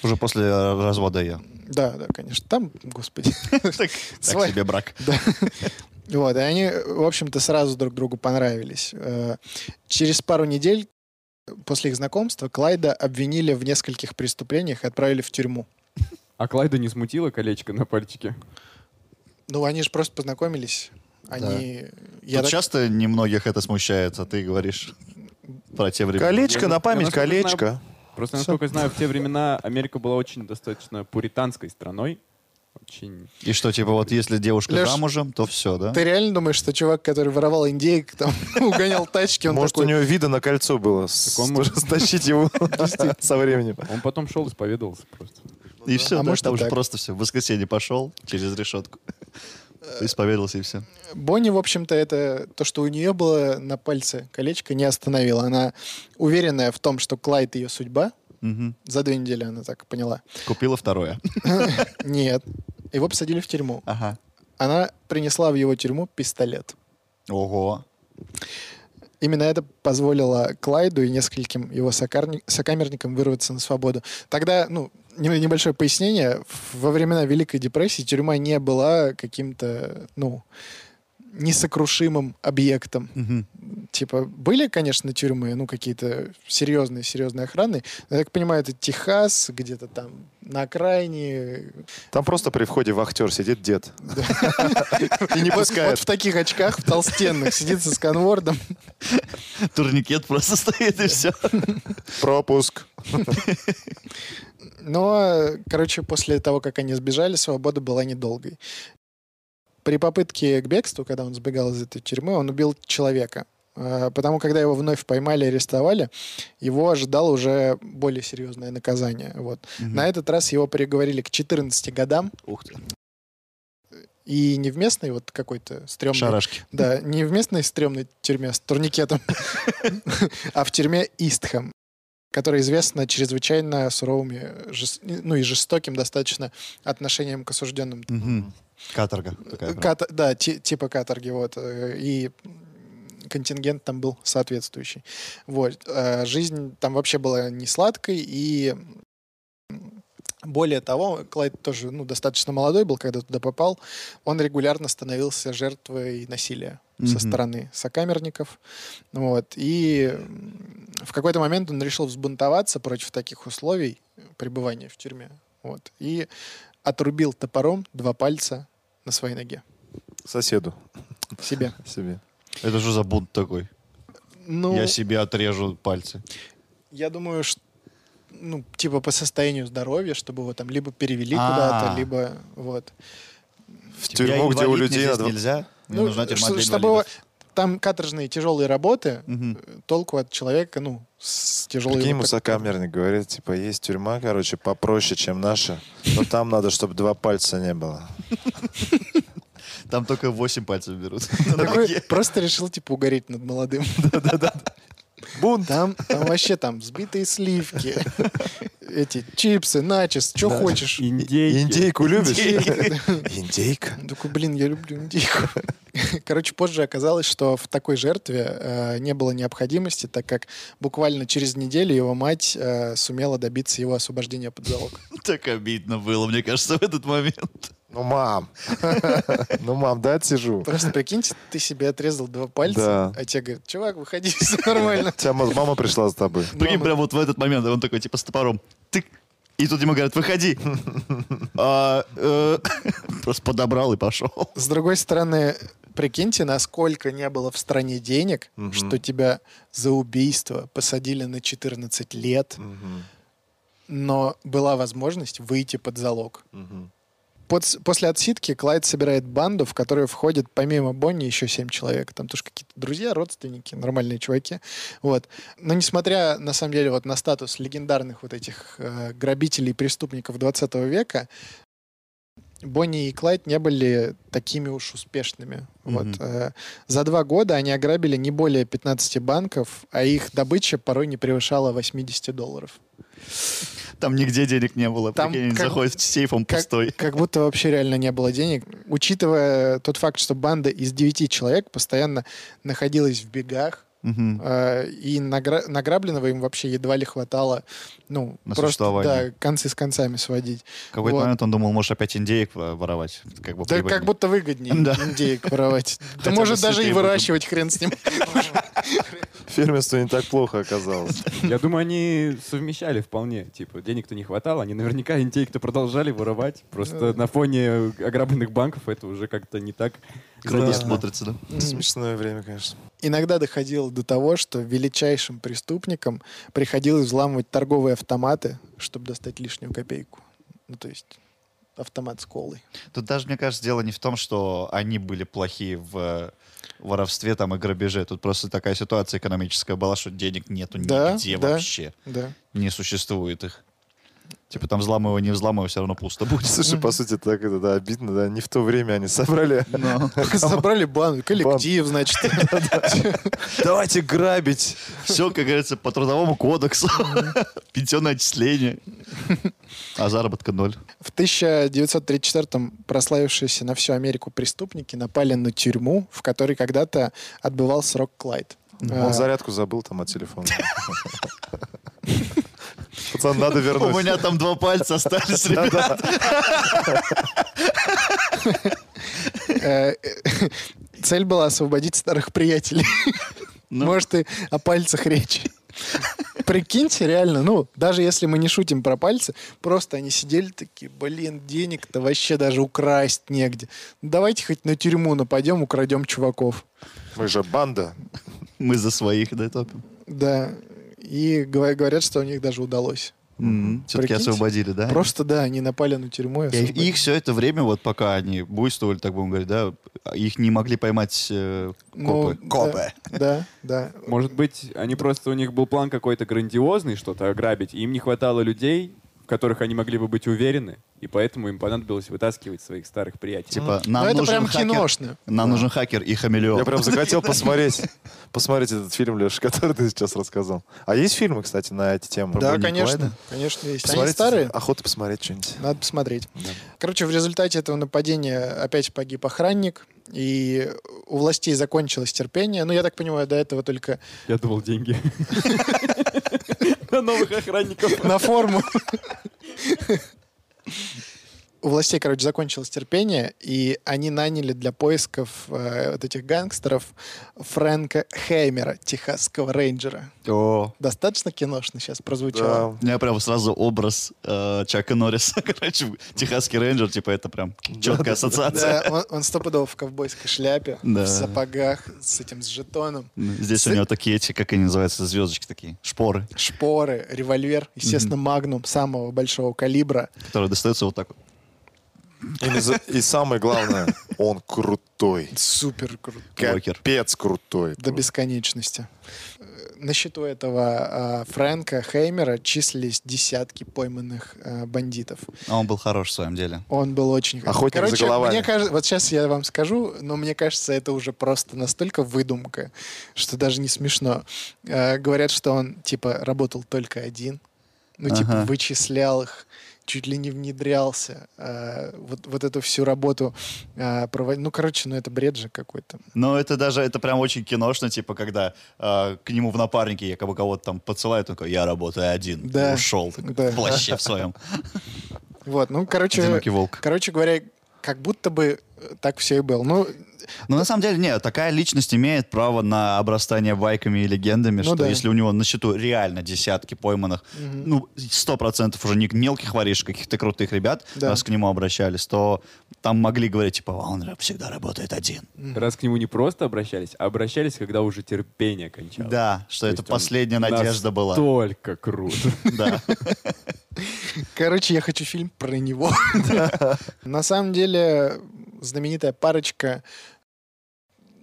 Speaker 4: Уже после э, развода ее.
Speaker 5: Да, да, конечно. Там, господи.
Speaker 4: Так
Speaker 5: Свай-
Speaker 4: себе брак.
Speaker 5: Да. Вот, и они, в общем-то, сразу друг другу понравились. Э, Через пару недель после их знакомства Клайда обвинили в нескольких преступлениях и отправили в тюрьму.
Speaker 2: А Клайда не смутило колечко на пальчике?
Speaker 5: Ну, они же просто познакомились. Они... Я
Speaker 4: Тут
Speaker 5: так-
Speaker 4: часто немногих это смущает, а ты говоришь про те времена.
Speaker 3: Колечко
Speaker 2: Я
Speaker 3: на
Speaker 2: на- я
Speaker 3: память,
Speaker 2: на самом деле знаю.
Speaker 3: колечко.
Speaker 2: Просто, насколько знаю, в те времена Америка была очень достаточно пуританской страной. Очень...
Speaker 4: И что, типа, вот если девушка
Speaker 5: Лёш,
Speaker 4: замужем, то все, да?
Speaker 5: Ты реально думаешь, что чувак, который воровал индейк, там, угонял тачки, он
Speaker 3: Может, у
Speaker 5: такой...
Speaker 3: него вида на кольцо было. С-
Speaker 2: он может-
Speaker 3: Стащить его со временем.
Speaker 2: Он потом шел, исповедовался просто.
Speaker 4: И все,
Speaker 5: а
Speaker 4: да,
Speaker 5: может, и
Speaker 4: там же
Speaker 5: так.
Speaker 4: просто все. В воскресенье пошел через решетку.
Speaker 5: Э,
Speaker 4: Исповедался и все.
Speaker 5: Бонни, в общем-то, это то, что у нее было на пальце колечко, не остановило. Она уверенная в том, что Клайд ее судьба. За две недели она так поняла.
Speaker 4: Купила второе.
Speaker 5: Нет. Его посадили в тюрьму.
Speaker 4: Ага.
Speaker 5: Она принесла в его тюрьму пистолет.
Speaker 4: Ого.
Speaker 5: Именно это позволило Клайду и нескольким его сокарни- сокамерникам вырваться на свободу. Тогда, ну, не- небольшое пояснение. В- Во времена Великой депрессии тюрьма не была каким-то, ну, несокрушимым объектом. Типа, были, конечно, тюрьмы, ну, какие-то серьезные-серьезные охраны. Но, я так понимаю, это Техас, где-то там на окраине.
Speaker 3: Там просто при входе вахтер сидит дед. И не
Speaker 5: Вот, вот
Speaker 3: пускает.
Speaker 5: в таких очках, в толстенных, сидит со сканвордом.
Speaker 4: Турникет просто стоит и все.
Speaker 3: Пропуск.
Speaker 5: Но, короче, после того, как они сбежали, свобода была недолгой. При попытке к бегству, когда он сбегал из этой тюрьмы, он убил человека. Э, Потому когда его вновь поймали и арестовали, его ожидало уже более серьезное наказание. Вот. На этот раз его приговорили к 14 годам.
Speaker 4: Ух ты.
Speaker 5: И не в местной вот какой-то стрёмной...
Speaker 4: Шарашки.
Speaker 5: Да, не в местной стрёмной тюрьме с турникетом, а в тюрьме Истхэм, которая известна чрезвычайно суровыми, жес- ну и жестоким достаточно отношением к осужденным.
Speaker 4: Мгм. Каторга. такая прям.
Speaker 5: Ката- Да, ти- типа каторги, вот. э, И контингент там был соответствующий. Вот. э, Жизнь там вообще была не сладкой, и более того, Клайд тоже ну, достаточно молодой был, когда туда попал. Он регулярно становился жертвой насилия со
Speaker 4: Мгм.
Speaker 5: стороны сокамерников. Вот. И м, в какой-то момент он решил взбунтоваться против таких условий пребывания в тюрьме. Вот. И отрубил топором два пальца на своей ноге
Speaker 3: Соседу.
Speaker 5: себе.
Speaker 3: Себе.
Speaker 4: Это что за бунт такой?
Speaker 5: Ну,
Speaker 4: Я
Speaker 5: я,
Speaker 4: себе отрежу пальцы.
Speaker 5: думаю, что ну, типа по состоянию здоровья, чтобы его там либо перевели
Speaker 4: А.
Speaker 5: куда-то, либо вот.
Speaker 3: В
Speaker 4: Типа,
Speaker 3: тюрьму, где у людей надо...
Speaker 4: нельзя. Мне
Speaker 5: Ну,
Speaker 4: нужна тюрьма
Speaker 5: ш-
Speaker 4: для
Speaker 5: чтобы его-
Speaker 4: инвалидов.
Speaker 5: там каторжные тяжелые работы,
Speaker 4: Мгм.
Speaker 5: э, толку от человека, ну, с тяжелой...
Speaker 3: Прикинь, ему
Speaker 5: вот так-
Speaker 3: сокамерник говорит, типа, есть тюрьма, короче, попроще, чем наша, но там надо, чтобы два пальца не было.
Speaker 4: Там только 8 пальцев берут.
Speaker 5: Такой просто решил, типа, угореть над молодым.
Speaker 3: Бунт!
Speaker 5: Там, там вообще там сбитые сливки, эти чипсы, начес, что хочешь.
Speaker 2: Индейки.
Speaker 3: Индейку любишь? Индейка?
Speaker 5: Он такой, блин, я люблю индейку. Короче, позже оказалось, что в такой жертве э, не было необходимости, так как буквально через неделю его мать э, сумела добиться его освобождения под залог.
Speaker 4: Так обидно было, мне кажется, в этот момент.
Speaker 3: Ну, мам! Ну, мам, да, отсижу.
Speaker 5: Просто прикиньте, ты себе отрезал два пальца,
Speaker 3: Да.
Speaker 5: а тебе говорят, чувак, выходи, все нормально.
Speaker 3: Тебя ма- мама пришла за тобой.
Speaker 4: Прикинь,
Speaker 5: Мама-
Speaker 4: прям вот в этот момент он такой, типа, с топором. Тык. И тут ему говорят, выходи. А, э, Просто подобрал и пошел.
Speaker 5: С другой стороны, прикиньте, насколько не было в стране денег,
Speaker 3: Мгм.
Speaker 5: что тебя за убийство посадили на 14 лет,
Speaker 3: Мгм.
Speaker 5: но была возможность выйти под залог.
Speaker 3: Мгм.
Speaker 5: Под- после отсидки Клайд собирает банду, в которую входит помимо Бонни еще семь человек. Там тоже какие-то друзья, родственники, нормальные чуваки. Вот. Но несмотря, на самом деле, вот на статус легендарных вот этих э, грабителей и преступников 20 века, Бонни и Клайд не были такими уж успешными.
Speaker 4: Мгм.
Speaker 5: Вот, э, за два года они ограбили не более 15 банков, а их добыча порой не превышала 80 долларов.
Speaker 4: Там нигде денег не было.
Speaker 5: Там
Speaker 4: Прикинь,
Speaker 5: как-
Speaker 4: заходит с сейфом
Speaker 5: как-
Speaker 4: пустой.
Speaker 5: Как будто вообще реально не было денег. Учитывая тот факт, что банда из девяти человек постоянно находилась в бегах,
Speaker 4: Мгм.
Speaker 5: э, и награ- награбленного им вообще едва ли хватало, ну,
Speaker 4: На
Speaker 5: просто
Speaker 4: существование.
Speaker 5: да, концы с концами сводить.
Speaker 4: В какой-то
Speaker 5: вот.
Speaker 4: момент он думал, может, опять индеек э, воровать. Как бы
Speaker 5: Да
Speaker 4: прибыльнее.
Speaker 5: как будто выгоднее
Speaker 4: Да.
Speaker 5: индейк воровать. Да
Speaker 4: Хотя бы
Speaker 5: может даже и
Speaker 4: сытые будем.
Speaker 5: выращивать хрен с ним.
Speaker 3: Фермерство не так плохо оказалось.
Speaker 2: Я думаю, они совмещали вполне. Типа, денег-то не хватало, они наверняка индейки-то продолжали воровать. Просто на фоне ограбленных банков это уже как-то не так
Speaker 4: Круто
Speaker 2: заметно.
Speaker 4: смотрится, да.
Speaker 3: Смешное время, конечно.
Speaker 5: Иногда доходило до того, что величайшим преступникам приходилось взламывать торговые автоматы, чтобы достать лишнюю копейку. Ну, то есть автомат с колой.
Speaker 4: Тут даже, мне кажется, дело не в том, что они были плохие в э, воровстве там и грабеже. Тут просто такая ситуация экономическая была, что денег нету
Speaker 5: Да,
Speaker 4: нигде
Speaker 5: да.
Speaker 4: вообще.
Speaker 5: Да.
Speaker 4: Не существует их. Типа там взламывай, не взламывай, все равно пусто будет.
Speaker 3: Слушай, по сути, так это да, обидно, да. Не в то время они собрали.
Speaker 5: Собрали банду, коллектив, значит.
Speaker 3: Давайте грабить.
Speaker 4: Все, как говорится, по трудовому кодексу. Пенсионное отчисление. А заработка ноль.
Speaker 5: В 1934-м прославившиеся на всю Америку преступники напали на тюрьму, в которой когда-то отбывал срок Клайд. А,
Speaker 3: Ну, Он зарядку забыл там от телефона. Пацан, надо
Speaker 4: У
Speaker 3: вернуть.
Speaker 4: меня там два пальца остались, ребят.
Speaker 5: э, э, Цель была освободить старых приятелей.
Speaker 4: Ну.
Speaker 5: Может, и о пальцах речь. Прикиньте, реально, ну, даже если мы не шутим про пальцы, просто они сидели такие, блин, денег-то вообще даже украсть негде. «Ну, Давайте хоть на тюрьму нападем, украдем чуваков.
Speaker 3: Мы же банда.
Speaker 4: Мы за своих, да, топим.
Speaker 5: Да. И гова- говорят, что у них даже удалось.
Speaker 4: Все-таки
Speaker 5: Прикиньте.
Speaker 4: освободили, да?
Speaker 5: Просто да, они напали на тюрьму. И
Speaker 4: И
Speaker 5: освободили.
Speaker 4: их все это время, вот пока они буйствовали, так будем говорить, да, их не могли поймать э,
Speaker 5: Ну,
Speaker 4: копы.
Speaker 5: да, Да, да.
Speaker 2: Может быть, они просто, у них был план какой-то грандиозный, что-то ограбить, и им не хватало людей, в которых они могли бы быть уверены, и поэтому им понадобилось вытаскивать своих старых приятелей.
Speaker 4: Типа,
Speaker 5: Но
Speaker 4: нам
Speaker 5: Ну, это
Speaker 4: нужен
Speaker 5: прям
Speaker 4: хакер,
Speaker 5: киношно.
Speaker 4: Нам нужен хакер и хамелеон.
Speaker 3: Я прям захотел посмотреть. Посмотреть этот фильм, Леша, который ты сейчас рассказал. А есть фильмы, кстати, на эти темы?
Speaker 5: Да,
Speaker 3: Бонни и
Speaker 5: конечно.
Speaker 3: Клайда?
Speaker 5: Конечно, есть. Они
Speaker 3: Посмотреть?
Speaker 5: старые.
Speaker 4: А.
Speaker 3: Охота посмотреть что-нибудь.
Speaker 5: Надо посмотреть. Короче, в результате этого нападения опять погиб охранник, и у властей закончилось терпение. Ну, я так понимаю, до этого только
Speaker 2: Я думал, деньги. На новых охранников.
Speaker 5: на форму. У властей, короче, закончилось терпение, и они наняли для поисков э, вот этих гангстеров Фрэнка Хеймера, техасского рейнджера.
Speaker 4: О.
Speaker 5: Достаточно киношно сейчас прозвучало.
Speaker 3: Да.
Speaker 4: У меня прям сразу образ э, Чака Норриса, короче, техасский рейнджер, типа это прям четкая ассоциация.
Speaker 5: Да, он, он стопудово в ковбойской шляпе,
Speaker 4: Да.
Speaker 5: в сапогах, с этим, с жетоном.
Speaker 4: Здесь у него такие эти, как они называются, звездочки такие, шпоры,
Speaker 5: Шпоры, револьвер, естественно, магнум самого большого калибра.
Speaker 4: которые достаются вот так вот.
Speaker 3: И наз- И самое главное, он крутой.
Speaker 5: Супер круто.
Speaker 4: Покер.
Speaker 3: Капец крутой.
Speaker 5: До бесконечности. Э, На счету этого а, Фрэнка Хеймера числились десятки пойманных а, бандитов.
Speaker 4: А он был хорош в своем деле.
Speaker 5: Он был очень...
Speaker 3: Охотник за
Speaker 5: Короче,
Speaker 3: головами.
Speaker 5: мне кажется, вот сейчас я вам скажу, но мне кажется, это уже просто настолько выдумка, что даже не смешно. Э, говорят, что он, типа, работал только один. Ну, типа,
Speaker 4: Ага.
Speaker 5: вычислял их, чуть ли не внедрялся. Э, вот, вот эту всю работу э, проводил. Ну, короче, ну это бред же какой-то.
Speaker 4: Ну, это даже, это прям очень киношно, типа, когда э, к нему в напарнике якобы кого-то там подсылают, он такой, я работаю один,
Speaker 5: Да.
Speaker 4: И ушел, такой,
Speaker 5: Да.
Speaker 4: в плаще в своем.
Speaker 5: Вот, ну, короче...
Speaker 4: Одинокий волк.
Speaker 5: Короче говоря, как будто бы э, так все и было. Ну,
Speaker 4: Но на самом деле, нет, такая личность имеет право на обрастание байками и легендами, что
Speaker 5: да.
Speaker 4: если у него на счету реально десятки пойманных, ну, сто процентов уже не мелких воришек, а каких-то крутых ребят,
Speaker 5: Да.
Speaker 4: раз к нему обращались, то там могли говорить, типа, «А он рэп всегда работает один.
Speaker 2: Раз к нему не просто обращались, а обращались, когда уже терпение кончалось.
Speaker 4: Да, что
Speaker 2: То
Speaker 4: это
Speaker 2: есть он
Speaker 4: последняя надежда была.
Speaker 2: Только круто.
Speaker 4: Да.
Speaker 5: Короче, я хочу фильм про него. На самом деле, знаменитая парочка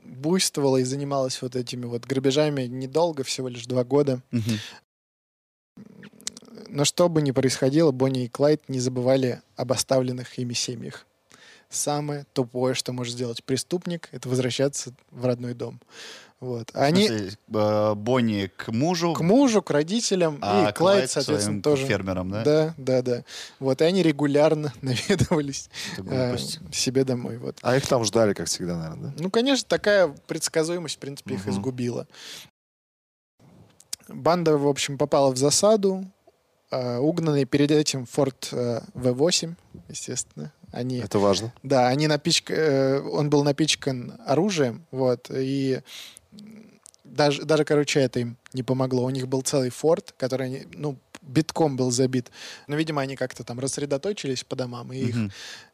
Speaker 5: буйствовала и занималась вот этими вот грабежами недолго, всего лишь два года.
Speaker 4: Мгм.
Speaker 5: Но что бы ни происходило, Бонни и Клайд не забывали об оставленных ими семьях. Самое тупое, что может сделать преступник, это возвращаться в родной дом. Вот. А
Speaker 4: В
Speaker 5: Они
Speaker 4: смысле, э, Бонни к мужу,
Speaker 5: к мужу, к родителям,
Speaker 4: а
Speaker 5: и Клайд,
Speaker 4: к своим
Speaker 5: соответственно, тоже.
Speaker 4: фермерам, да?
Speaker 5: Да, да, да. Вот, и они регулярно наведывались
Speaker 4: Это
Speaker 5: э,
Speaker 4: глупость.
Speaker 5: себе домой. Вот.
Speaker 3: А их там ждали, как всегда, наверное, да?
Speaker 5: Ну, конечно, такая предсказуемость, в принципе, их
Speaker 3: Мгм.
Speaker 5: изгубила. Банда, в общем, попала в засаду. Э, Угнанный перед этим Форд э, V8, естественно. Они,
Speaker 3: Это важно.
Speaker 5: да, они напичка, э, он был напичкан оружием, вот, и даже, даже, короче, это им не помогло. У них был целый форт, который, они, ну, битком был забит. Но, видимо, они как-то там рассредоточились по домам, и их
Speaker 4: Мгм.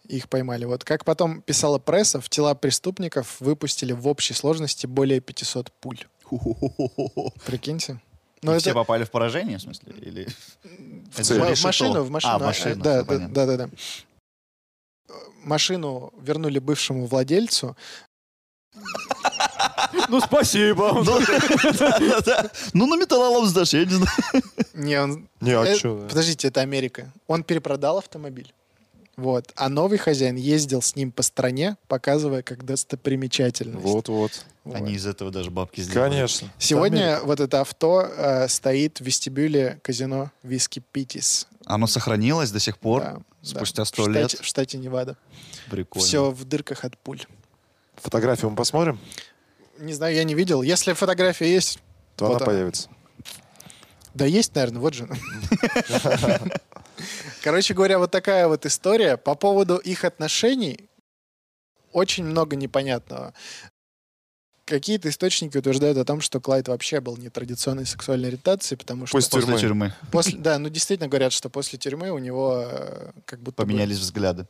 Speaker 5: их поймали. Вот как потом писала пресса, в тела преступников выпустили в общей сложности более 500 пуль.
Speaker 4: Ху-ху-ху-ху-ху.
Speaker 5: Прикиньте.
Speaker 4: И
Speaker 5: Но
Speaker 4: Все
Speaker 5: это
Speaker 4: попали в поражение, в смысле? Или...
Speaker 3: В
Speaker 4: Это
Speaker 3: цель.
Speaker 5: ма-
Speaker 4: решето.
Speaker 5: машину, в машину.
Speaker 4: А, машину,
Speaker 5: да,
Speaker 4: всё
Speaker 5: да,
Speaker 4: понятно.
Speaker 5: да, да, да. Э, Машину вернули бывшему владельцу.
Speaker 2: Ну,
Speaker 5: Типа,
Speaker 2: спасибо.
Speaker 4: Ну, да-да-да. Ну, на металлолом сдашь, я не знаю.
Speaker 5: Не, он...
Speaker 3: Не, а
Speaker 5: э,
Speaker 3: чё, да?
Speaker 5: Подождите, это Америка. Он перепродал автомобиль. Вот. А новый хозяин ездил с ним по стране, показывая как достопримечательность.
Speaker 3: Вот-вот.
Speaker 5: Вот.
Speaker 4: Они из этого даже бабки сделали.
Speaker 3: Конечно.
Speaker 5: Сегодня вот это авто э, стоит в вестибюле казино Виски Питис.
Speaker 4: Оно сохранилось до сих пор,
Speaker 5: Да,
Speaker 4: спустя
Speaker 5: да.
Speaker 4: сто
Speaker 5: В
Speaker 4: лет.
Speaker 5: штате- в штате Невада.
Speaker 4: Прикольно.
Speaker 5: Все в дырках от пуль.
Speaker 3: Фотографию мы посмотрим,
Speaker 5: Не знаю, я не видел. Если фотография есть,
Speaker 3: то
Speaker 5: Вот
Speaker 3: она
Speaker 5: она.
Speaker 3: появится.
Speaker 5: да есть, наверное, вот же. Короче говоря, вот такая вот история. По поводу их отношений очень много непонятного. Какие-то источники утверждают о том, что Клайд вообще был нетрадиционной сексуальной ориентации, потому что
Speaker 3: Пусть
Speaker 4: После
Speaker 3: тюрьмы.
Speaker 4: тюрьмы
Speaker 5: после, да, ну действительно говорят, что после тюрьмы у него э, как будто бы
Speaker 4: поменялись взгляды.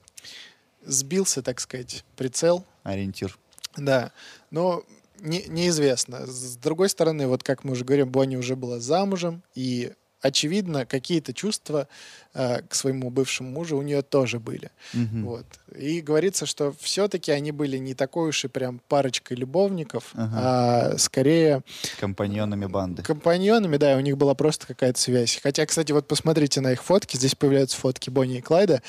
Speaker 5: сбился, так сказать, прицел
Speaker 4: Ориентир.
Speaker 5: Да, но не- неизвестно. С другой стороны, вот как мы уже говорим, Бонни уже была замужем, и, очевидно, какие-то чувства э, к своему бывшему мужу у нее тоже были.
Speaker 4: Мгм.
Speaker 5: Вот. И говорится, что все-таки они были не такой уж и прям парочкой любовников, а скорее
Speaker 4: Компаньонами банды.
Speaker 5: компаньонами, да, и у них была просто какая-то связь. Хотя, кстати, вот посмотрите на их фотки, здесь появляются фотки Бонни и Клайда,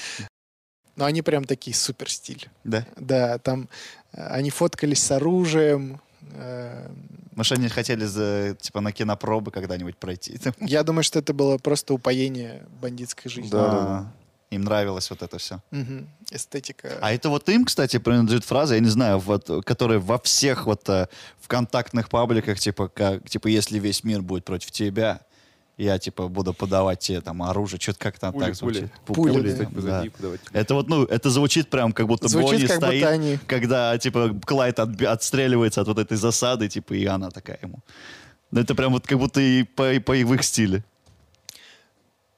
Speaker 5: но они прям такие супер стиль.
Speaker 4: Да.
Speaker 5: Да, там э, они фоткались с оружием. Э,
Speaker 4: Мы что, не хотели за, типа, на кинопробы когда-нибудь пройти?
Speaker 5: Я думаю, что это было просто упоение бандитской жизни.
Speaker 3: Да, да,
Speaker 4: А, Им нравилось вот это все.
Speaker 5: Мгм. Эстетика.
Speaker 4: А это вот им, кстати, принадлежит фраза, я не знаю, вот, э, которая во всех вот э, в контактных пабликах, типа, как, типа, если весь мир будет против тебя, я, типа, буду подавать тебе там оружие, что-то как там
Speaker 2: Пули,
Speaker 4: так звучит. Пу-
Speaker 5: Пули,
Speaker 2: Пули,
Speaker 5: да.
Speaker 2: кстати, позади, подавать.
Speaker 4: Это вот, ну, это звучит прям, как будто
Speaker 5: Звучит,
Speaker 4: Бонни
Speaker 5: как
Speaker 4: стоит,
Speaker 5: будто они.
Speaker 4: когда, типа, Клайд отби- отстреливается от вот этой засады, типа, и она такая ему. Ну, это прям вот как будто и по, и по и в их стиле.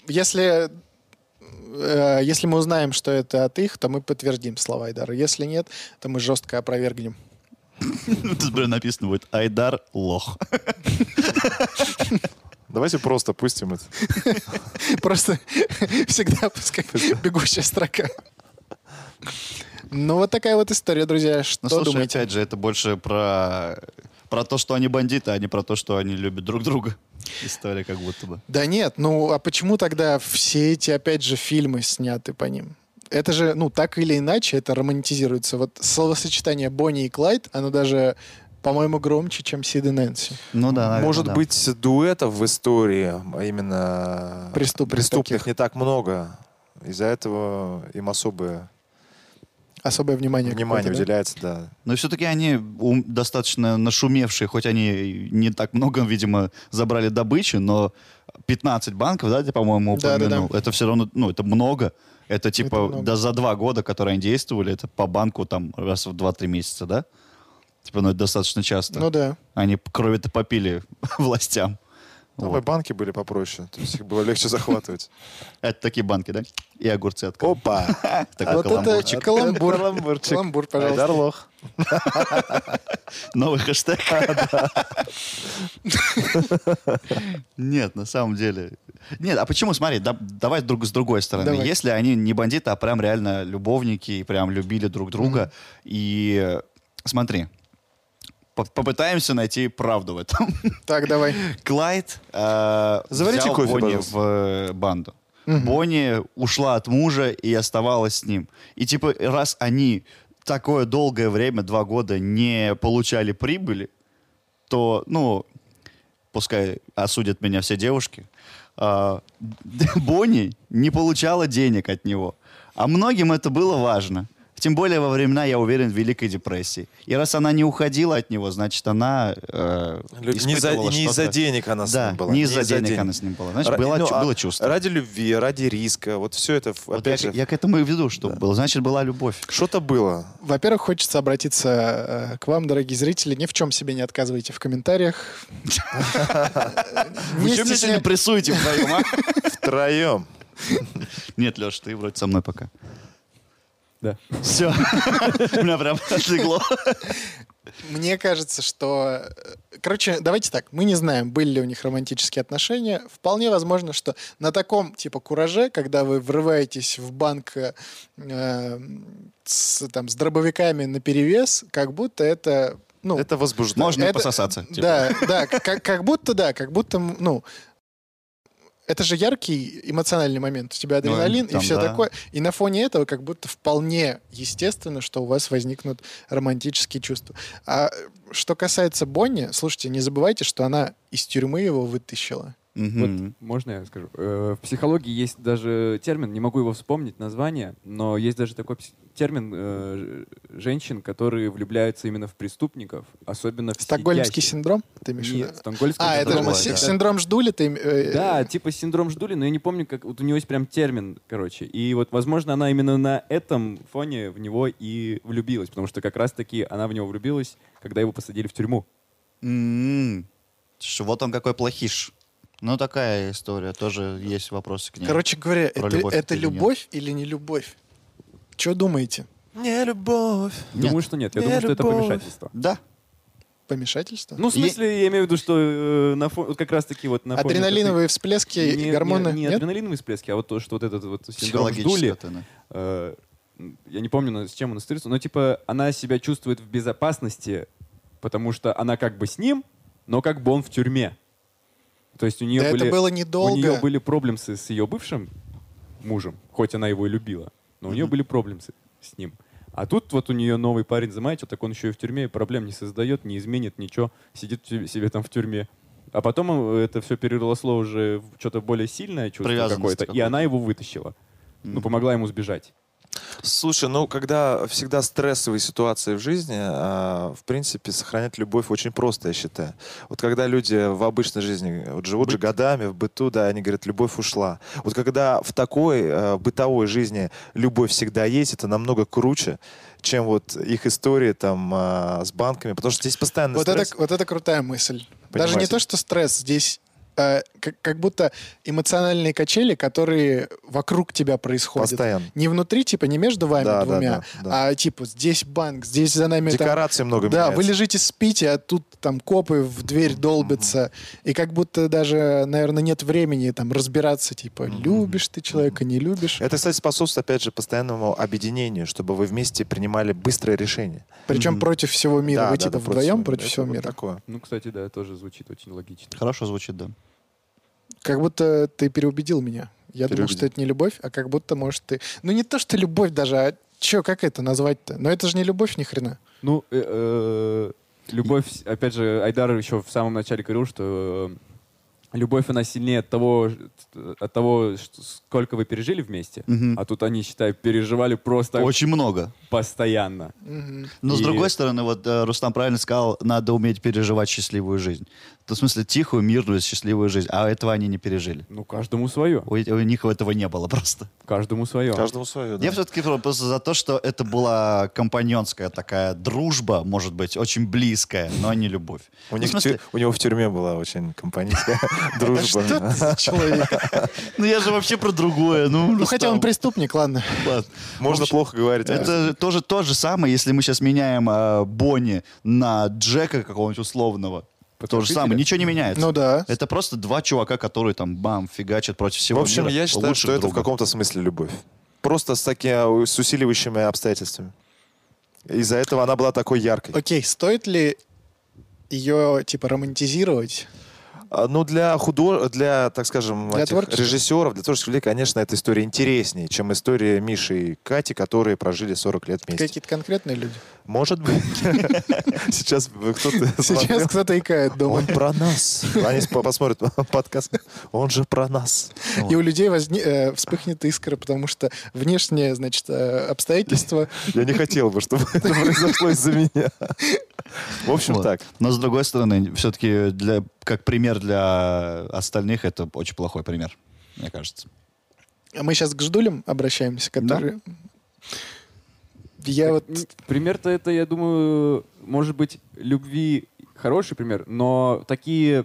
Speaker 5: Если, э, если мы узнаем, что это от их, то мы подтвердим слова Айдара. Если нет, то мы жестко опровергнем.
Speaker 4: Тут прям написано будет «Айдар лох».
Speaker 3: Давайте просто пустим это.
Speaker 5: Просто всегда пускай бегущая строка. Ну, вот такая вот история, друзья. Что
Speaker 4: Ну, слушай,
Speaker 5: думаете?
Speaker 4: опять же, это больше про... про то, что они бандиты, а не про то, что они любят друг друга. История как будто бы.
Speaker 5: Да нет, ну а почему тогда все эти, опять же, фильмы сняты по ним? Это же, ну, так или иначе, это романтизируется. Вот словосочетание Бонни и Клайд, оно даже, по-моему, громче, чем Сид и Нэнси.
Speaker 4: Ну да, наверное,
Speaker 3: Может
Speaker 4: да.
Speaker 3: быть, дуэтов в истории, а именно
Speaker 5: Преступных таких.
Speaker 3: преступных не так много. Из-за этого им особое
Speaker 5: Особое внимание.
Speaker 3: внимание
Speaker 5: какое-то, да?
Speaker 3: уделяется, да.
Speaker 4: Но все-таки они ум- достаточно нашумевшие, хоть они и не так много, видимо, забрали добычи, но 15 банков, да, ты, по-моему,
Speaker 5: Да, да,
Speaker 4: упомянул.
Speaker 5: да.
Speaker 4: Это все равно, ну, это много. Это типа
Speaker 5: много.
Speaker 4: да, за два года, которые они действовали, это по банку там раз в 2-3 месяца, да? Типа, ну это достаточно часто.
Speaker 5: Ну да.
Speaker 4: Они крови-то попили властям.
Speaker 3: Там
Speaker 4: Вот.
Speaker 3: и банки были попроще, то есть их было легче захватывать.
Speaker 4: Это такие банки, да? И огурцы от
Speaker 3: Опа!
Speaker 4: Такой
Speaker 5: вот
Speaker 4: каламбурчик.
Speaker 5: это каламбур.
Speaker 3: Каламбурчик.
Speaker 5: Каламбур, пожалуйста.
Speaker 3: Айдар лох.
Speaker 4: Новый хэштег.
Speaker 5: А,
Speaker 4: Нет, на самом деле. Нет, а почему, смотри, да- давай друг с другой стороны.
Speaker 5: Давай.
Speaker 4: Если они не бандиты, а прям реально любовники, и прям любили друг друга, и э, смотри, по- попытаемся найти правду в этом.
Speaker 5: Так, давай.
Speaker 4: Клайд э,
Speaker 3: Заварите
Speaker 4: взял
Speaker 3: кофе,
Speaker 4: Бонни
Speaker 3: пожалуйста.
Speaker 4: в э, банду. Бонни ушла от мужа и оставалась с ним. И типа раз они такое долгое время, два года, не получали прибыли, то, ну, пускай осудят меня все девушки, а, Бонни не получала денег от него. А многим это было важно. Тем более во времена, я уверен, Великой депрессии. И раз она не уходила от него, значит, она э,
Speaker 3: Лю- Не за-
Speaker 4: испытывала
Speaker 3: не из-за
Speaker 4: что-то.
Speaker 3: денег она с
Speaker 4: Да,
Speaker 3: ним была.
Speaker 4: не из-за денег она с ним была. Значит,
Speaker 3: Ра-
Speaker 4: была
Speaker 3: ну,
Speaker 4: чу-
Speaker 3: а
Speaker 4: было чувство.
Speaker 3: Ради любви, ради риска, вот все это, ф-
Speaker 4: Вот
Speaker 3: опять
Speaker 4: я,
Speaker 3: же,
Speaker 4: я к этому и веду, что было. Значит, была любовь.
Speaker 3: что-то было.
Speaker 5: Во-первых, хочется обратиться э, к вам, дорогие зрители. Ни в чем себе не отказывайте в комментариях. Не
Speaker 4: Вы чем меня
Speaker 5: стесня-
Speaker 4: сегодня прессуете вдвоем, а?
Speaker 3: Втроем.
Speaker 4: Нет, Леш, ты вроде со мной пока.
Speaker 2: Да.
Speaker 4: Все. Меня прям отлегло.
Speaker 5: Мне кажется, что... э, Короче, давайте так. Мы не знаем, были ли у них романтические отношения. Вполне возможно, что на таком, типа, кураже, когда вы врываетесь в банк э, э, с, там, с дробовиками наперевес, как будто это... Ну,
Speaker 3: Это возбуждает.
Speaker 4: Можно и
Speaker 5: Это-
Speaker 4: пососаться. типа.
Speaker 5: Да, да, как, как будто, да, как будто, м, ну, это же яркий эмоциональный момент. У тебя
Speaker 4: Ну,
Speaker 5: адреналин и
Speaker 4: там,
Speaker 5: все
Speaker 4: да.
Speaker 5: такое. И на фоне этого как будто вполне естественно, что у вас возникнут романтические чувства. А э, что касается Бонни, слушайте, не забывайте, что она из тюрьмы его вытащила.
Speaker 4: Мгм.
Speaker 2: Можно я скажу? Э, В психологии есть даже термин, не могу его вспомнить, название, но есть даже такой пси- термин э, ж- женщин, которые влюбляются именно в преступников, особенно в
Speaker 5: Стокгольмский
Speaker 2: сидящих.
Speaker 5: синдром? Ты имеешь в виду?
Speaker 2: Нет, стокгольмский
Speaker 5: А,
Speaker 4: синдром,
Speaker 5: это же
Speaker 2: синдром,
Speaker 4: с-
Speaker 5: си-
Speaker 2: да.
Speaker 5: синдром Ждули? Ты, им- э,
Speaker 2: Да, типа синдром Ждули, но я не помню, как вот у него есть прям термин, короче. И вот, возможно, она именно на этом фоне в него и влюбилась, потому что как раз-таки она в него влюбилась, когда его посадили в тюрьму.
Speaker 4: М. Ш- М-м. Вот он какой плохиш. Ну, такая история. Тоже есть вопросы к ней.
Speaker 5: Короче говоря,
Speaker 4: Про
Speaker 5: это,
Speaker 4: любовь
Speaker 5: это
Speaker 4: или нет.
Speaker 5: любовь или не любовь? Что думаете?
Speaker 3: Не любовь.
Speaker 4: Нет.
Speaker 2: Думаю, что нет. Я
Speaker 3: Не
Speaker 2: думаю, что это
Speaker 3: любовь.
Speaker 2: помешательство.
Speaker 4: Да.
Speaker 5: Помешательство?
Speaker 2: Ну, в смысле, я имею в виду, что э, на фо- вот как раз-таки вот на фоне
Speaker 5: Адреналиновые всплески
Speaker 2: Не-
Speaker 5: и
Speaker 2: не-
Speaker 5: гормоны?
Speaker 2: Не,
Speaker 5: Нет?
Speaker 2: адреналиновые всплески, а вот то, что вот этот вот синдром
Speaker 4: Психологически.
Speaker 2: Ждули, э, я не помню, на- с чем он ассоциируется, но типа она себя чувствует в безопасности, потому что она как бы с ним, но как бы он в тюрьме. То есть у нее
Speaker 5: Да это
Speaker 2: были,
Speaker 5: было
Speaker 2: у нее
Speaker 5: недолго.
Speaker 2: были проблемсы с ее бывшим мужем, хоть она его и любила, но у нее были проблемсы с ним. А тут вот у нее новый парень замаячил, так он еще и в тюрьме, и проблем не создает, не изменит ничего, сидит тю- себе там в тюрьме. А потом э, это все переросло уже в что-то более сильное чувство
Speaker 4: Привязанность
Speaker 2: какое-то, и
Speaker 4: какую-то.
Speaker 2: она его вытащила. Ну, помогла ему сбежать.
Speaker 3: Слушай, ну когда всегда стрессовые ситуации в жизни, а, в принципе, сохранять любовь очень просто, я считаю. Вот когда люди в обычной жизни вот, живут же годами, в быту, да, они говорят, любовь ушла. Вот когда в такой э, бытовой жизни любовь всегда есть, это намного круче, чем вот их истории там а, с банками, потому что здесь постоянно
Speaker 5: Вот это,
Speaker 3: стресс.
Speaker 5: вот это крутая мысль. Даже не
Speaker 3: Понимаете?
Speaker 5: то, что стресс, здесь э, как, как будто эмоциональные качели, которые вокруг тебя происходят.
Speaker 3: Постоянно.
Speaker 5: Не внутри, типа, не между вами
Speaker 3: Да, да,
Speaker 5: двумя,
Speaker 3: да, да.
Speaker 5: а типа здесь банк, здесь за нами там
Speaker 3: Декорации много
Speaker 5: Да,
Speaker 3: меняются.
Speaker 5: вы лежите, спите, а тут там копы в дверь долбятся. И как будто даже, наверное, нет времени там разбираться, типа, любишь ты человека, не любишь.
Speaker 3: Это, кстати, способствует, опять же, постоянному объединению, чтобы вы вместе принимали быстрое решение.
Speaker 5: Причем против всего мира.
Speaker 3: Да,
Speaker 5: Вы
Speaker 3: да,
Speaker 5: типа
Speaker 3: да, против
Speaker 5: вдвоем
Speaker 3: всего-
Speaker 5: против
Speaker 3: это
Speaker 5: всего
Speaker 3: вот
Speaker 5: мира.
Speaker 3: Такое.
Speaker 2: Ну, кстати, да, тоже звучит очень логично.
Speaker 4: Хорошо звучит, да.
Speaker 5: Как будто ты переубедил меня. Я думал,
Speaker 3: Переубедил.
Speaker 5: что это не любовь, а как будто, может, ты... Ну, не то, что любовь даже, а чё, как это назвать-то? Но это же не любовь ни хрена.
Speaker 2: Ну, э, э, любовь, опять же, Айдар еще в самом начале говорил, что э, любовь, она сильнее от того, э, от того что- сколько вы пережили вместе.
Speaker 4: Мгм.
Speaker 2: А тут они, считай, переживали просто
Speaker 4: Очень много.
Speaker 2: постоянно.
Speaker 4: Но с
Speaker 2: И-
Speaker 4: другой стороны, вот э, Рустам правильно сказал, надо уметь переживать счастливую жизнь. То, в смысле, тихую, мирную, счастливую жизнь. А этого они не пережили.
Speaker 2: Ну, каждому свое.
Speaker 4: У, у них этого не было просто.
Speaker 2: Каждому свое.
Speaker 3: Каждому свое, да.
Speaker 4: Я все-таки просто за то, что это была компаньонская такая дружба, может быть, очень близкая, но не любовь.
Speaker 3: У,
Speaker 4: Ну, в
Speaker 3: них
Speaker 4: смысле,
Speaker 3: тю- у него в тюрьме была очень компанийская дружба.
Speaker 5: Что ты за человек?
Speaker 4: Ну я же вообще про другое. Ну,
Speaker 5: Ну, хотя он
Speaker 4: Рустам,
Speaker 5: преступник, ладно.
Speaker 4: ладно.
Speaker 3: Можно
Speaker 4: Вообще-
Speaker 3: плохо говорить. а
Speaker 4: Это же тоже то же самое, если мы сейчас меняем э, Бонни на Джека какого-нибудь условного. То же
Speaker 2: Потрошителя?
Speaker 4: самое, ничего не меняется.
Speaker 5: Ну да.
Speaker 4: Это просто два чувака, которые там бам, фигачат против
Speaker 3: В
Speaker 4: всего
Speaker 3: общем,
Speaker 4: мира,
Speaker 3: я считаю,
Speaker 4: лучших
Speaker 3: что это в
Speaker 4: друга.
Speaker 3: каком-то смысле любовь. Просто с такими с усиливающими обстоятельствами. Из-за этого она была такой яркой.
Speaker 5: Окей, стоит ли ее, типа, романтизировать?
Speaker 3: А, Ну, для худо... для, так скажем,
Speaker 5: Для
Speaker 3: этих
Speaker 5: творчества.
Speaker 3: режиссеров, для творческих людей, конечно, эта история интереснее, чем история Миши и Кати, которые прожили 40 лет вместе.
Speaker 5: Какие-то конкретные люди?
Speaker 3: Может быть. Сейчас бы кто-то
Speaker 5: Сейчас
Speaker 3: смотрел.
Speaker 5: кто-то икает дома.
Speaker 3: Он про нас. Они по- посмотрят подкаст. Он же про нас.
Speaker 5: И у людей возни- э, вспыхнет искра, потому что внешние, значит, э, обстоятельства...
Speaker 3: Я не хотел бы, чтобы это произошло из-за меня. В общем,
Speaker 4: Вот.
Speaker 3: так.
Speaker 4: Но с другой стороны, все-таки для, как пример для остальных, это очень плохой пример, мне кажется.
Speaker 5: А Мы сейчас к ждулям обращаемся, которые... Я вот...
Speaker 2: М, Пример-то это, я думаю, может быть, любви хороший пример, но такие,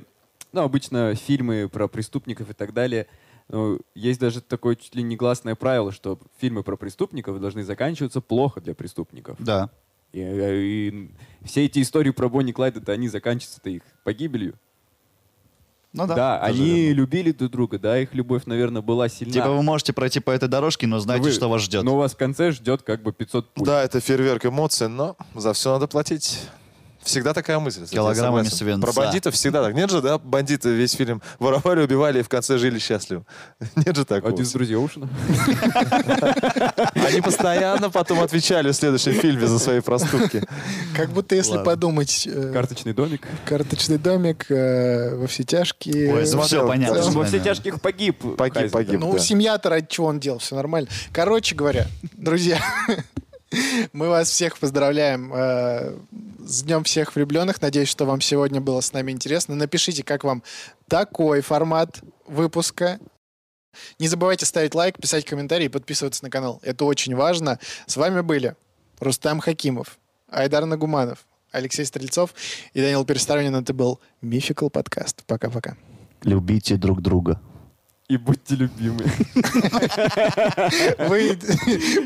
Speaker 2: ну, обычно фильмы про преступников и так далее, ну, есть даже такое чуть ли негласное правило, что фильмы про преступников должны заканчиваться плохо для преступников.
Speaker 4: Да.
Speaker 2: И, э, и все эти истории про Бонни и Клайда, то они заканчиваются-то их погибелью.
Speaker 4: Ну
Speaker 2: Да,
Speaker 4: да. Тоже
Speaker 2: они
Speaker 4: верно.
Speaker 2: любили друг друга, да, их любовь, наверное, была сильна. Ну
Speaker 4: Типа вы можете пройти по этой дорожке, но знаете,
Speaker 2: Вы-
Speaker 4: что вас
Speaker 3: ну,
Speaker 4: ждет.
Speaker 2: Но вас в конце ждет как бы 500 пуль.
Speaker 3: Да, это фейерверк эмоций, но за все надо платить. Всегда такая мысль. кстати, я
Speaker 4: Килограммами
Speaker 3: согласен.
Speaker 4: свинца.
Speaker 3: Про бандитов всегда так. Нет же, да, бандиты весь фильм воровали, убивали и в конце жили счастливо. Нет же такого.
Speaker 2: Один из друзей Оушена.
Speaker 3: Они постоянно потом отвечали в следующем фильме за свои проступки.
Speaker 5: Как будто если
Speaker 4: Ладно.
Speaker 5: подумать... э,
Speaker 2: Карточный домик.
Speaker 5: Карточный домик, э, во все тяжкие...
Speaker 4: Ой,
Speaker 3: смотри,
Speaker 4: все
Speaker 3: вот
Speaker 4: понятно.
Speaker 3: даже
Speaker 2: Во
Speaker 4: Да,
Speaker 2: все
Speaker 4: да.
Speaker 2: тяжких погиб.
Speaker 3: Погиб,
Speaker 2: Хайзенберг.
Speaker 3: погиб.
Speaker 5: Ну,
Speaker 3: да.
Speaker 5: семья-то ради чего он делал, все нормально. Короче говоря, друзья, мы вас всех поздравляем э, с Днем всех влюбленных. Надеюсь, что вам сегодня было с нами интересно. Напишите, как вам такой формат выпуска. Не забывайте ставить лайк, писать комментарии и подписываться на канал. Это очень важно. С вами были Рустам Хакимов, Айдар Нагуманов, Алексей Стрельцов и Данил Пересторонин. Это был Мификал подкаст. Пока-пока.
Speaker 4: Любите друг друга.
Speaker 2: И будьте любимы.
Speaker 5: Вы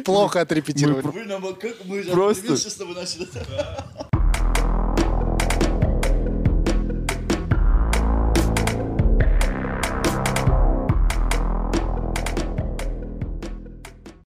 Speaker 5: плохо
Speaker 2: Мы
Speaker 5: отрепетировали.
Speaker 4: Вы нам, как мы
Speaker 2: Просто- отбились,
Speaker 4: с тобой начали.